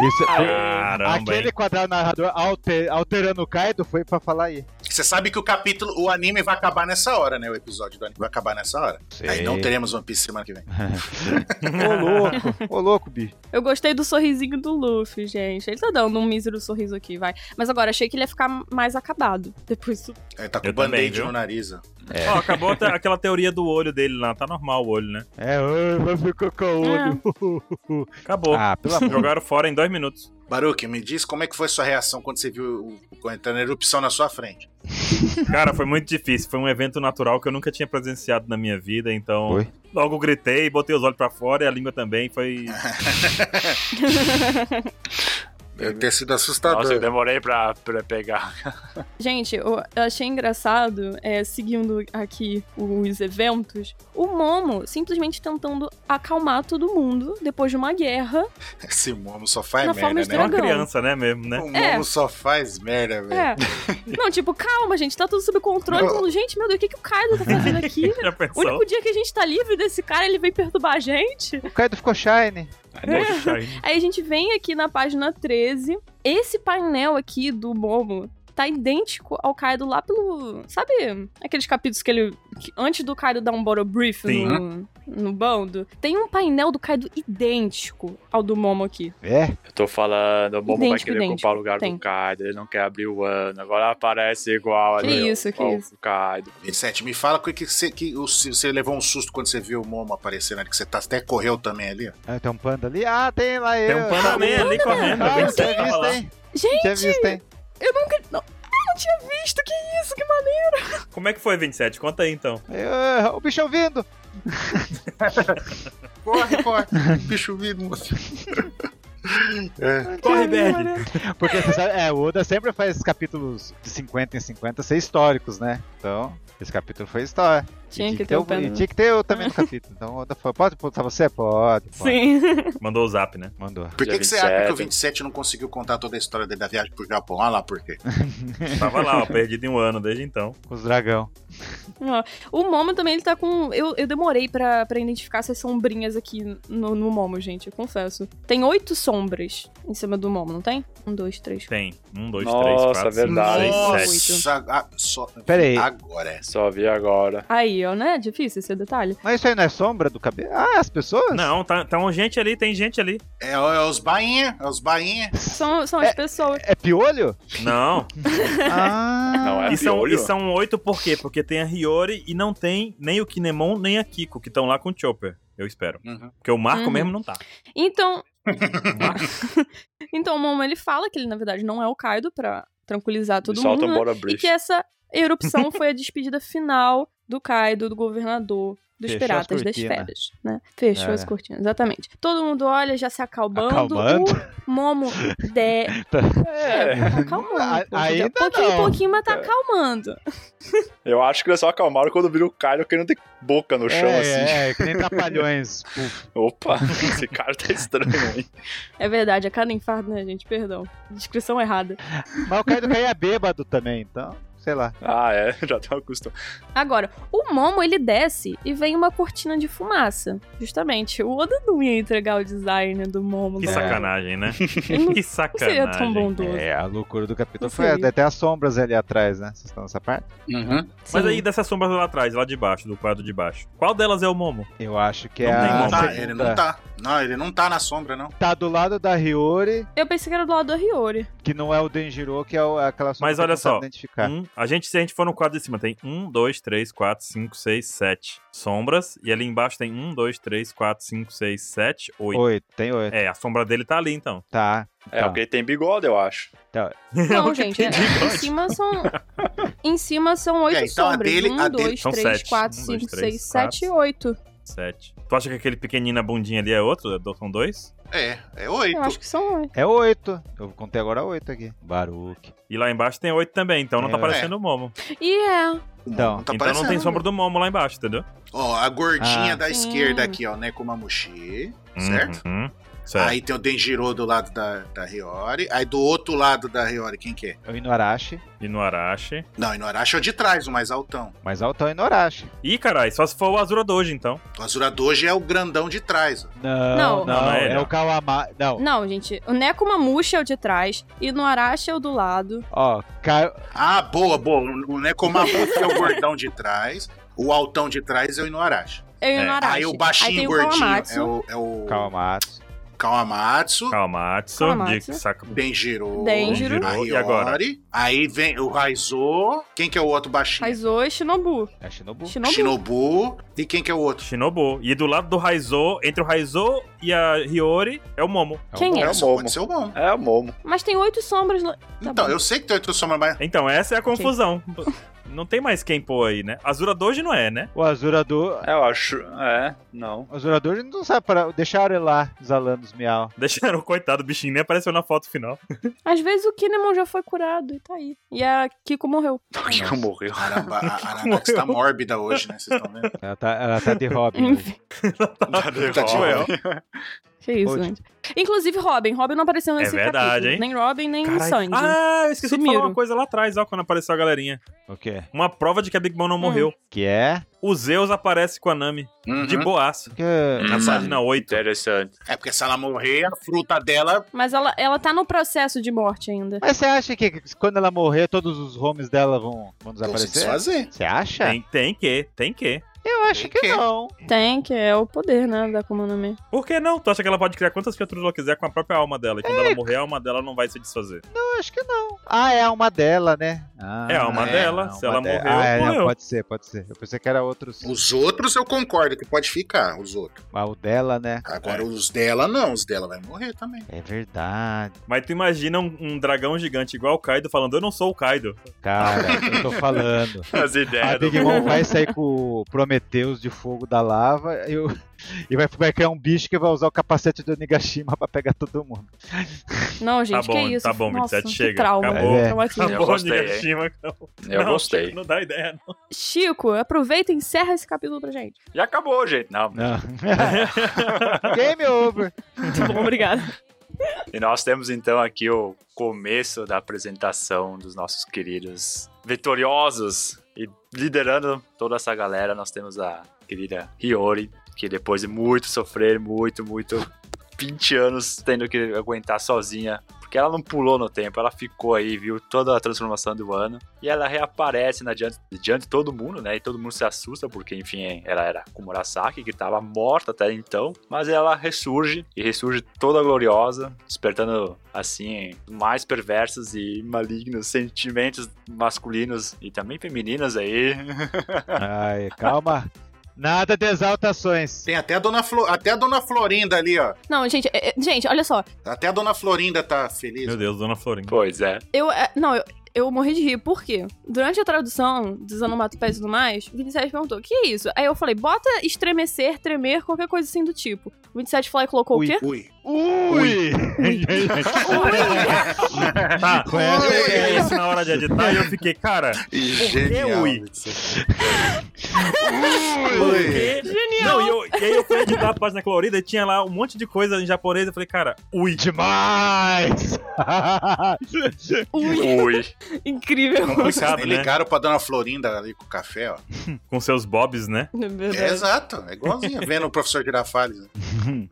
Isso-
Caramba,
aquele
hein?
quadrado narrador alter- alterando o Kaido foi pra falar aí.
Você sabe que o capítulo, o anime vai acabar nessa hora, né? O episódio do anime vai acabar nessa hora. Aí
É. [LAUGHS]
não teremos One Piece semana que vem.
Ô louco, ô louco, bicho.
Eu gostei do sorrisinho do Luffy, gente. Ele tá dando um mísero sorriso aqui, vai. Mas agora achei que ele ia ficar mais acabado. Depois disso.
Aí tá com
Eu
o band-aid
também, viu?
no nariz, ó.
Ó, acabou até aquela teoria do olho dele lá. Tá normal o olho, né?
É, oi, vai ficar com
É.
o olho.
Acabou.
Ah, pelo amor.
Jogaram fora em dois minutos.
Baruque, me diz como é que foi sua reação quando você viu o- o- entrando a erupção na sua frente.
Cara, foi muito difícil. Foi um evento natural que eu nunca tinha presenciado na minha vida. Então,
Foi.
logo gritei, botei os olhos pra fora e a língua também. Foi.
Ah,
Deve ter sido
Nossa, eu
assustador.
demorei pra, pra pegar.
Gente, eu eu achei engraçado, é, seguindo aqui os eventos, o Momo simplesmente tentando acalmar todo mundo depois de uma guerra.
[LAUGHS] Esse Momo só faz
Na forma
É
merda, né?
estranha.
uma
Dragão.
criança, né? Mesmo, né?
O Momo
É.
só faz merda, velho.
É. Não, tipo, calma, gente, tá tudo sob controle.
Não.
Todo mundo, gente, meu Deus, o que, que o Kaido tá fazendo
[LAUGHS]
aqui?
Já
O
pensou?
único dia que a gente tá livre desse cara, ele vem perturbar a gente.
O Kaido ficou shiny.
Poxa, aí.
Aí a gente vem aqui na página 13. Esse painel aqui do Momo tá idêntico ao Kaido lá pelo. Sabe aqueles capítulos que ele. que antes do Kaido dar um boro brief
Sim.
no, no bando? Tem um painel do Kaido idêntico ao do Momo aqui.
É?
Eu tô falando, o Momo vai
Idêntico,
querer
idêntico.
ocupar o lugar
Tem.
do Kaido, ele não quer abrir o ano, agora aparece igual.
Que
ali, ó,
isso, que
ó,
isso.
O Kaido.
27, me fala que, que, você, que o- se você levou um susto quando você viu o Momo aparecendo ali, que você tá, até correu também ali. ó.
Ah, tem um panda ali. Ah, tem lá
Tem
eu.
um panda man ali correndo.
Ah,
bem
não tinha
certo,
visto,
lá.
hein? Não
Gente,
tinha visto, hein?
eu nunca. Não, eu não tinha visto, que isso, que maneiro.
Como é que foi, 27? Conta aí então.
Ah, o bicho ouvindo.
Corre, [LAUGHS] corre. Bicho vindo.
Corre, Berg!
maneiro.
Porque você sabe, é, o Oda sempre faz capítulos de 50 em 50 ser históricos, né? Então, esse capítulo foi história.
Tinha
E
que ter um o
E
pano.
tinha que ter eu também no capítulo. Então, o Oda falou: pode botar você? Pode. pode.
Sim.
Mandou o zap, né?
Mandou.
Por que,
Dia
que você acha que o
27.
27 não conseguiu contar toda a história dele da viagem pro Japão? Olha lá por quê.
Tava lá, ó, perdido em um ano desde então.
Com os dragão.
Ó, O Momo também, ele tá com. Eu, eu demorei pra, pra identificar essas sombrinhas aqui no, no Momo, gente, eu confesso. Tem oito sombras em cima do Momo, não tem? Um, dois, três.
Tem. Um, dois,
Nossa,
três, quatro,
verdade.
cinco, seis, sete.
Nossa, ah, só,
Pera aí.
agora é.
Só vi agora.
Aí, ó, né? Difícil esse detalhe.
Mas isso aí não é sombra do cabelo? Ah, as pessoas?
Não, tá, tá um gente ali, tem gente ali.
É, é os bainha, é os bainha.
São, são as pessoas.
É
[LAUGHS]
piolho?
Não. um,
Ah.
Não, é
e, são,
piolho?
e são oito por quê? Porque tem a Hiyori e não tem nem o Kinemon nem a Kiko, que estão lá com o Chopper. Eu espero.
Uhum.
Porque o Marco
Uhum.
mesmo não tá.
Então. então o Momo ele fala que ele, na verdade, não é o Kaido pra tranquilizar todo
Solta
mundo.
um
né?
Bora
E
Brief.
que essa erupção foi a despedida final do Kaido, do governador, dos
Fechou
piratas
as
das
cortinas.
férias, né? Fechou
É.
as cortinas, exatamente. Todo mundo olha, já se acalmando.
Acalmando?
O Momo de...
[LAUGHS]
é, tá acalmando.
A-
pô,
ainda
de pouquinho em
não. É.
pouquinho, mas tá acalmando.
Eu acho que eles só acalmaram quando viram o Kaido querendo ter boca no chão,
é,
assim. [LAUGHS]
é, que nem
[LAUGHS]
trapalhões. Puf.
Opa, esse cara tá estranho, hein?
É verdade, é cada infarto, né, gente? Perdão. Descrição errada.
Mas o Kaido caía bêbado também, então, sei lá.
Ah, é, [LAUGHS] já tá acostumado.
Agora, o Momo, ele desce e vem uma cortina de fumaça. Justamente. O Oda não ia entregar o design do Momo.
Que
não.
sacanagem, né?
Ele
[LAUGHS]
não-
que
Não seria assim. tão
sacanagem.
bondoso.
É, a loucura do capítulo
Não
foi
seria.
até as sombras ali atrás, né? Vocês estão nessa parte?
Mas
Uhum.
Sim.
aí dessas sombras lá atrás, lá de baixo, do quadro de baixo. Qual delas é o Momo?
Eu acho que
Não
é
tem
a
como.
Não tá,
segunda.
ele não tá. Não, ele não tá na sombra, não.
Tá do lado da Hiyori,
Eu pensei que era do lado da Hiyori.
que não é o Denjiro, que é o- é aquela sombra
Mas
que
olha
não sabe
só,
identificar.
Um, a gente, se a gente for no quadro de cima, tem um, dois, três, quatro, cinco, seis, sete sombras. E ali embaixo tem um, dois, três, quatro, cinco, seis, sete, oito.
Oito, tem oito.
É, a sombra dele tá ali, então.
Tá.
É,
tá.
porque ele tem bigode, eu acho.
É
Não,
o que
gente,
tem
é-
de
em
bigode.
cima são. Em cima são oito
É, então a
sombras.
dele-
um,
a dele-
dois,
São
três,
sete.
quatro,
Um, dois,
cinco,
três,
seis, sete,
quatro.
oito.
Sete. Tu acha que aquele pequenino na bundinha ali é outro? Do- São dois?
É, é
Eu
oito.
acho que são oito.
É oito. Eu contei agora oito aqui. Baruque.
E lá embaixo tem oito também, então não tá
É.
aparecendo o Momo.
E é.
Então,
tá
então não tem
aparecendo.
sombra do Momo lá embaixo, entendeu?
Ó, a gordinha
Ah.
da
Sim.
esquerda aqui, ó, né, com uma mochi, certo?
Uhum. Certo.
Aí tem o Denjiro do lado da, da Hiyori. Aí do outro lado da Hiyori, quem que é?
é o Inuarashi.
E no Arashi.
Não, Inuarashi é o de trás, o mais altão.
Mas altão é o Inuarashi.
Ih, carai, só se for o Azura Doji, então.
O Azura Doji é o grandão de trás. ó.
Não,
Não.
não,
Não, não é
é,
ele, ó.
o Kawama. Não,
Não, gente. O Nekomamushi é o de trás. E no Arashi é o do lado.
ó. Ka...
Ah, boa, boa. O Nekomamushi é o gordão de trás. O altão de trás é o Inuarashi.
É,
É.
o no Arashi.
Aí o
Aí
baixinho
tem o
gordinho
Kawamatsu.
é o, é o
Kawamatsu.
Kawamatsu.
Kawamatsu,
Kawamatsu.
de saca.
Denjiro.
Denjiro.
A
Denjiro,
Hiyori.
e agora?
Aí vem o Raizo. Quem que é o outro baixinho?
Kaizo e Shinobu.
É Shinobu.
Shinobu.
Shinobu. E quem que é o outro?
Shinobu. E do lado do Raizo, entre o Raizo e a Hiyori, é o Momo.
É o
Quem é?
É o
Só
Momo.
pode ser o Momo.
É o Momo.
Mas tem oito sombras. No... Tá
então,
bom.
eu sei que tem outro sombra, mas...
Então, essa é a confusão. Não tem mais quem pôr aí, né? Azura Doji não é, né?
O Azurador.
É, Eu acho. É, não. [LAUGHS]
Os oradores não sabem para. Deixaram ele lá, exalando os miau.
Deixaram, coitado, o bichinho nem apareceu na foto final.
Às vezes o Kinemon já foi curado e tá aí. E a Kiko morreu.
Por que que morreu?
Caramba, a a Aranax tá mórbida hoje, né? Vocês estão vendo?
Ela [LAUGHS] tá, ela tá de Robin.
Enfim.
Tá de
Tá de
rolo.
Que isso,
Pode.
gente. Inclusive Robin. Robin não apareceu nesse
verdade,
capítulo.
hein?
Nem Robin, nem
Carai.
Sandy.
Ah, eu esqueci de
um Sumiram.
falar uma coisa lá atrás, ó, quando apareceu a galerinha.
O quê?
Uma prova de que a Big Mom não morreu.
Que é?
O Zeus aparece com a Nami, de
Uhum.
boaço.
Que...
Na
Hum.
página 8.
Interessante.
É porque se ela morrer, a fruta dela.
Mas ela, ela tá no processo de morte ainda.
Mas você acha que quando ela morrer, todos os homes dela vão, vão desaparecer?
fazer.
Você acha?
Tem, tem que, tem que.
Eu acho que,
Tem que.
não.
Tem, que é o poder, né, da Akuma no Mi.
Por que não? Tu acha que ela pode criar quantas criaturas ela quiser com a própria alma dela? E quando ela morrer, a alma dela não vai se desfazer.
Eu acho que não. Ah, é a alma dela, né? Ah,
É a alma dela. Se ela
dela.
morreu,
ah, é, não,
morreu.
pode ser, pode ser. Eu pensei que era outros.
Os outros eu concordo que pode ficar, os outros.
Ah, o dela, né?
Agora os dela não, os dela vai morrer também.
É verdade.
Mas tu imagina um, um dragão gigante igual o Kaido falando, eu não sou o Kaido.
Cara,
Ah.
eu tô
[LAUGHS]
falando.
[LAUGHS] As
A
ideias.
Big
um
do-
Mom vai sair com o Prometheus de fogo da lava e, o- e vai, vai criar um bicho que vai usar o capacete do Onigashima pra pegar todo mundo.
Não, gente,
bom,
que isso.
tá bom,
Nossa,
27,
que
chega.
trauma.
Acabou.
É.
que traumatismo.
Eu gostei, hein?
Nigashima.
Eu
não,
gostei.
Não dá ideia, não.
Chico, aproveita e encerra esse capítulo pra gente.
Já acabou, gente. Não.
[LAUGHS]
Não. [LAUGHS] Game over.
Muito Tá bom,
[LAUGHS]
obrigada.
E nós temos então aqui o começo da apresentação dos nossos queridos vitoriosos e liderando toda essa galera. Nós temos a querida Hiyori, que depois de muito sofrer, muito, muito, 20 anos tendo que aguentar sozinha. Porque ela não pulou no tempo, ela ficou aí, viu toda a transformação do ano. E ela reaparece na diante, diante de todo mundo, né? E todo mundo se assusta, porque, enfim, ela era Kumurasaki, que tava morta até então. Mas ela ressurge, e ressurge toda gloriosa, despertando, assim, mais perversos e malignos sentimentos masculinos e também femininos aí. [LAUGHS]
Ai, calma. Nada de exaltações.
Tem até a dona, Flo... até a dona Florinda ali, ó.
Não, gente, é- é- gente, olha só.
Até a dona Florinda tá feliz.
Meu Deus, Dona Florinda.
pois é.
Eu. é, Não, eu. Eu morri de rir, por quê? Durante a tradução dos onomatopeias e tudo mais, o 27 perguntou, que é isso? Aí eu falei, bota estremecer, tremer, qualquer coisa assim do tipo. O 27 falou e colocou
Ui.
o quê?
Ui.
Ui!
Tá,
Com essa-
eu peguei isso na hora de editar e eu fiquei, cara,
Genial.
ui? por
Ui.
quê? Não, e, eu- e aí eu fui editar a página colorida e tinha lá um monte de coisa em japonês. Eu falei, cara, ui.
Demais!
Ui, [LAUGHS]
Ui.
incrível.
Vocês
Complicado,
nem
né?
ligaram pra dona Florinda ali com o café, ó.
Com seus bobs, né?
É verdade.
É, exato, é igualzinho. Vendo o professor Girafales. né?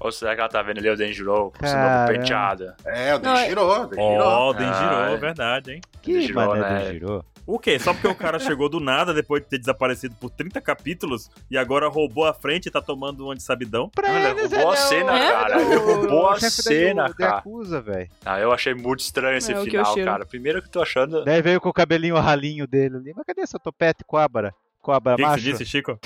Ou será que ela tá vendo ali o Denjiro com seu
Caramba.
novo penteado?
É, o
Não, é-
Denjiro.
Ó,
Denjiro.
oh, Denjiro,
Ai.
verdade, hein?
que
Girou,
mané
né?
do girou.
O quê? Só porque o cara chegou do nada depois de ter desaparecido por 30 capítulos e agora roubou a frente e tá tomando um anti-sabidão?
Pra
Olha,
eles,
roubou
ele
a
é
cena,
o-
cara.
ele é o-
Roubou
o
a
chefe da-
né?
né?
cena,
do- do
cara.
Yakuza, velho.
Ah, eu achei muito estranho esse
É, o que eu
final,
cheiro.
cara. Primeiro que eu tô achando.
Daí veio com o cabelinho ralinho dele ali. Mas cadê seu topete, cobra? Cobra
O que, que você
Tá macho?
disse, Chico?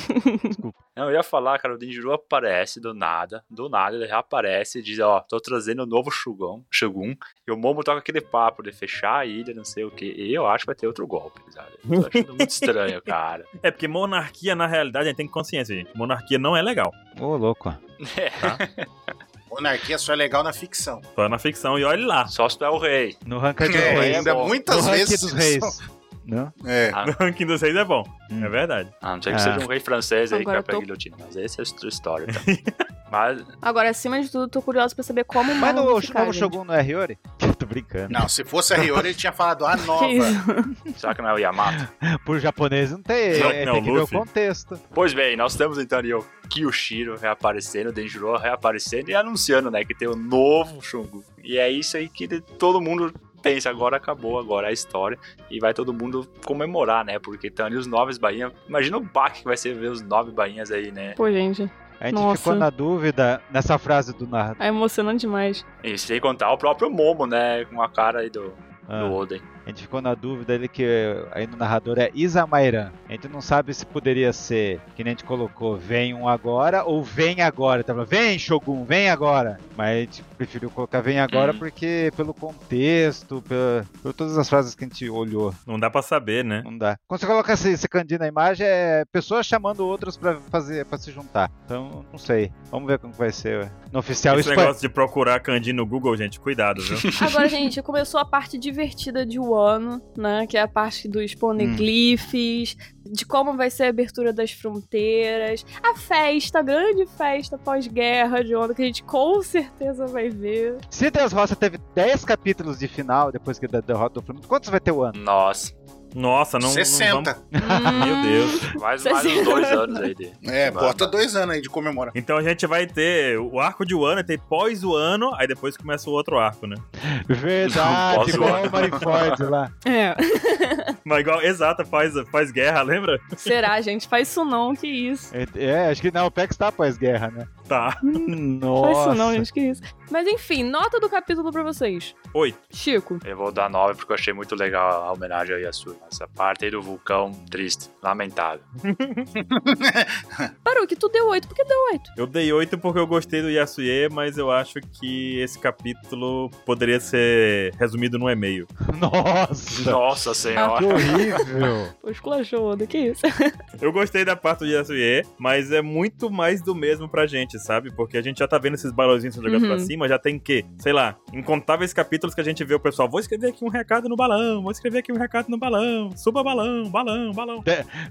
Não, eu ia falar, cara, o Denjiro aparece do nada, do nada ele reaparece e diz, ó, tô trazendo o novo Shogun, Shogun, e o Momo toca aquele papo de fechar a ilha, não sei o que, e eu acho que vai ter outro golpe, sabe? Eu tô achando muito
[LAUGHS]
estranho, cara.
É porque monarquia, na realidade, a gente tem consciência, gente. Monarquia não é legal.
Ô, louco.
Monarquia só é legal na ficção.
Só é na ficção e olha lá.
[LAUGHS]
[LAUGHS]
Só se tu é o rei.
No ranking dos
É,
reis.
ainda
bom.
No
muitas
ranking
vezes.
dos reis. Não?
É.
O ranking dos seis é bom.
Hum.
É verdade.
Ah, não sei que
Ah.
seja um rei francês aí
Agora
que vai pra
eu tô-
guilhotina, mas essa é outra história também. mas,
Agora, acima de tudo, tô curiosa pra saber como o
Mas
Marlon
no
vai ficar,
novo
gente.
Shogun não é Hiyori? [LAUGHS] Tô brincando.
Não, se fosse a Riori, ele tinha falado a nova.
Que isso?
será que não é o Yamato?
Por japonês não tem.
Não,
é,
não,
tem que ver o
Luffy.
contexto.
Pois bem, nós temos então ali o Kyoshiro reaparecendo, o Denjiro reaparecendo e anunciando, né, que tem o novo Shungu. E é isso aí que de- todo mundo pensa, agora acabou, agora é a história. E vai todo mundo comemorar, né, porque estão ali os nove bainhas. Imagina o baque que vai ser ver os nove bainhas aí, né.
Pô, gente,
A gente
Nossa.
ficou na dúvida nessa frase do narrador.
é emocionante demais.
E sem contar o próprio Momo, né, com a cara aí do,
Ah,
do Oden.
a gente ficou na dúvida ele que aí no narrador é Isamairan. A gente não sabe se poderia ser, que nem a gente colocou, vem um agora ou vem agora. Tava, vem Shogun, vem agora. Mas a gente preferiu colocar vem agora
Hum.
porque pelo contexto, pela- por todas as frases que a gente olhou.
Não dá pra saber, né?
Não dá. Quando você coloca esse, esse candy na imagem, é pessoas chamando outros pra, fazer, pra se juntar. Então, não sei. Vamos ver como que vai ser ué. no oficial.
Esse
Isso vai- [LAUGHS]
negócio de procurar Kandi no Google, gente, cuidado, viu?
Agora, gente, começou a parte divertida de do ano, né? Que é a parte dos poneglyphs, de como vai ser a abertura das fronteiras, a festa, a grande festa pós-guerra de onda que a gente com certeza vai ver.
Se Deus Roça teve 10 capítulos de final depois que da derrota do Flamengo, quantos vai ter o ano?
Nossa,
Nossa, não. não
60.
Hum.
vamos- Meu Deus.
mais, mais uns dois anos aí dele.
É,
Vai,
bota
vai.
dois anos aí de comemorar.
Então a gente vai ter o arco de Wano, tem pós o ano, aí depois começa o outro arco, né?
Não
Verdade,
posso,
igual
né?
o Marineford lá.
É.
Mas igual, exata, faz, faz guerra, lembra?
Será, gente? Faz isso não, que isso.
É, acho que na OPEX tá pós-guerra, né?
Tá.
Faz isso
Nossa.
não, gente, que isso. Mas enfim, nota do capítulo pra vocês.
Oito.
Chico.
Eu vou dar nove porque eu achei muito legal a homenagem ao Yasui. Essa parte aí do vulcão, triste, lamentável.
Parou que tu deu oito, porque deu oito.
Eu dei oito porque eu gostei do Yasuye, mas eu acho que esse capítulo poderia ser resumido num e-mail.
Nossa.
Nossa
Que
senhora.
horrível.
Pô, esculachou, onda, que isso.
Eu gostei da parte do Yasuye, mas é muito mais do mesmo pra gente, sabe? Porque a gente já tá vendo esses balãozinhos sendo jogados
Uhum.
pra cima, já tem que, sei lá, incontáveis capítulos que a gente vê o pessoal, vou escrever aqui um recado no balão, vou escrever aqui um recado no balão, suba balão, balão, balão.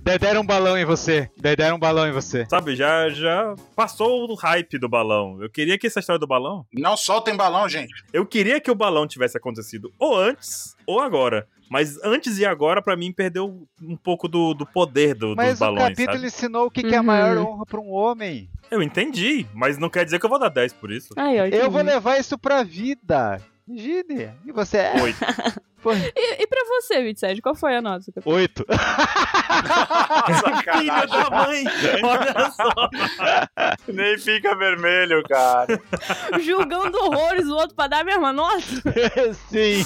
Daí deram um balão em você. Daí deram um balão em você.
Sabe, já, já passou o hype do balão. Eu queria que essa história do balão.
Não soltem balão, gente.
Eu queria que o balão tivesse acontecido ou antes ou agora. Mas antes e agora, pra mim, perdeu um pouco do, do poder do,
Mas
dos balões.
o capítulo
sabe?
ensinou o que, que é a
Uhum.
maior honra pra um homem.
Eu entendi, mas não quer dizer que eu vou dar 10 por isso.
Ai, ó,
Eu
entendi.
vou levar isso pra vida. Gine, e você é?
Oito.
Pô,
E, e pra você, 27, qual foi a nota? do capítulo?
[LAUGHS] Oito.
Filha
[LAUGHS]
da mãe! [LAUGHS] Olha só!
Nem fica vermelho, cara.
Julgando horrores o outro pra dar a mesma nota?
[LAUGHS]
Sim.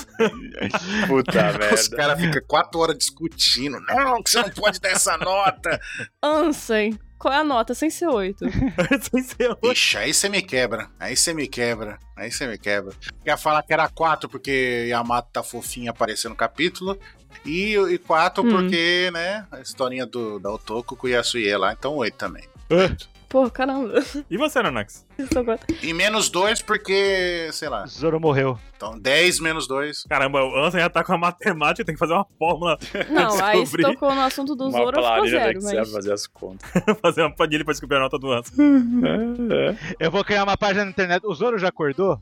Puta
[LAUGHS] Os
merda.
caras ficam quatro horas discutindo. Não, que você não pode dar essa nota.
Ansem, qual é a nota? Sem ser oito.
Sem ser oito.
Ixi, aí você me quebra. Aí você me quebra. Aí você me quebra. Ia falar que era quatro porque Yamato tá fofinha aparecendo no capítulo. E, e quatro
Hum.
porque, né, a historinha do, da Otoko com o Yasuye lá. Então oito também.
Pô,
[LAUGHS]
caramba.
E você, Nanax?
Isso agora.
E menos dois porque, sei lá.
Zoro morreu.
Então dez menos dois.
Caramba, o Anson já tá com a matemática, tem que fazer uma fórmula, [LAUGHS]
Não, aí se
Descobri.
tocou no assunto do Zoro, ficou zero,
você vai
mas...
fazer as contas.
fazer uma planilha pra descobrir a nota do
[LAUGHS]
Anson.
Eu vou criar uma página na internet. O Zoro já acordou?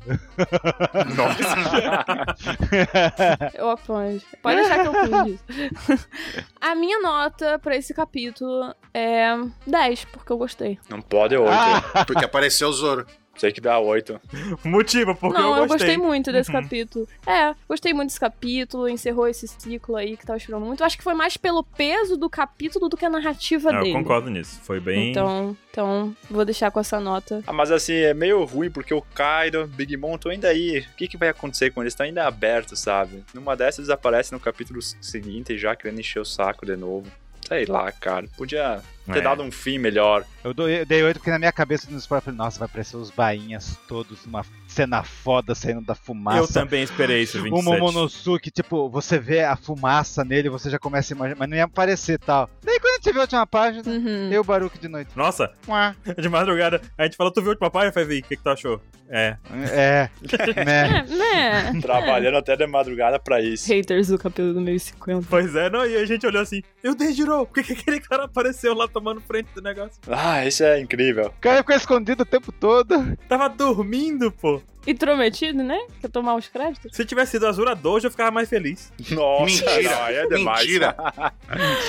Eu apanho. Pode deixar que eu cuido disso. [LAUGHS] A minha nota pra esse capítulo é 10, porque eu gostei.
Não pode é oito.
Ah,
Porque apareceu o Zoro.
Sei que dá oito.
Motivo, porque
Não,
eu gostei. Uhum.
muito desse capítulo. É, gostei muito desse capítulo, encerrou esse ciclo aí que tava esperando muito. Eu acho que foi mais pelo peso do capítulo do que a narrativa
Ah,
dele.
eu concordo nisso. Foi bem.
Então, então, vou deixar com essa nota.
Ah, mas assim, é meio ruim porque o Kaido, Big Mom estão ainda aí. O que, que vai acontecer com eles? Estão ainda abertos, sabe? Numa dessas aparece no capítulo seguinte já querendo encher o saco de novo. Sei lá, cara. Podia ter
É.
dado um fim melhor.
eu dou- eu dei oito porque na minha cabeça no spoiler eu falei, nossa, vai aparecer os bainhas todos, uma cena foda saindo da
Eu
fumaça.
também esperei esse 27.
O Momonosuke, tipo, você vê a fumaça nele, você já começa a imaginar, mas não ia aparecer e tal. Daí quando a gente vê a última página,
Uhum.
deu o Baruque de noite.
Nossa,
Ué.
[LAUGHS] de madrugada, a gente falou, tu viu o papai? Eu falei, o que, que tu achou? É.
É,
[LAUGHS]
né?
É, né?
Trabalhando até de madrugada pra isso.
Haters do capítulo do meio 50.
Pois é, não, e a gente olhou assim, meu Deus, girou, por que, que aquele cara apareceu lá tomando frente do negócio?
Ah, isso é incrível.
O cara ficou escondido o tempo todo.
Tava dormindo, pô.
Intrometido, né? Quer tomar os créditos?
Se tivesse sido Azura Dojo, eu ficava mais feliz.
[LAUGHS] Nossa,
Mentira.
não, aí é demais. [LAUGHS]
Mentira.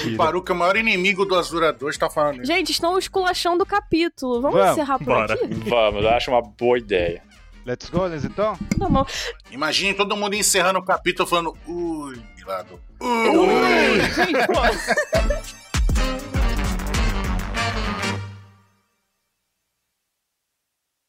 O Baruca é o maior inimigo do Azurador, tá falando isso.
Gente, estão esculachando o capítulo. Vamos,
Vamos,
encerrar por
bora.
aqui?
Vamos, eu acho uma boa ideia.
Let's go, Lens, então?
Tá bom.
Imagine todo mundo encerrando o capítulo falando. Ui, Bilado.
Ui, gente, pô.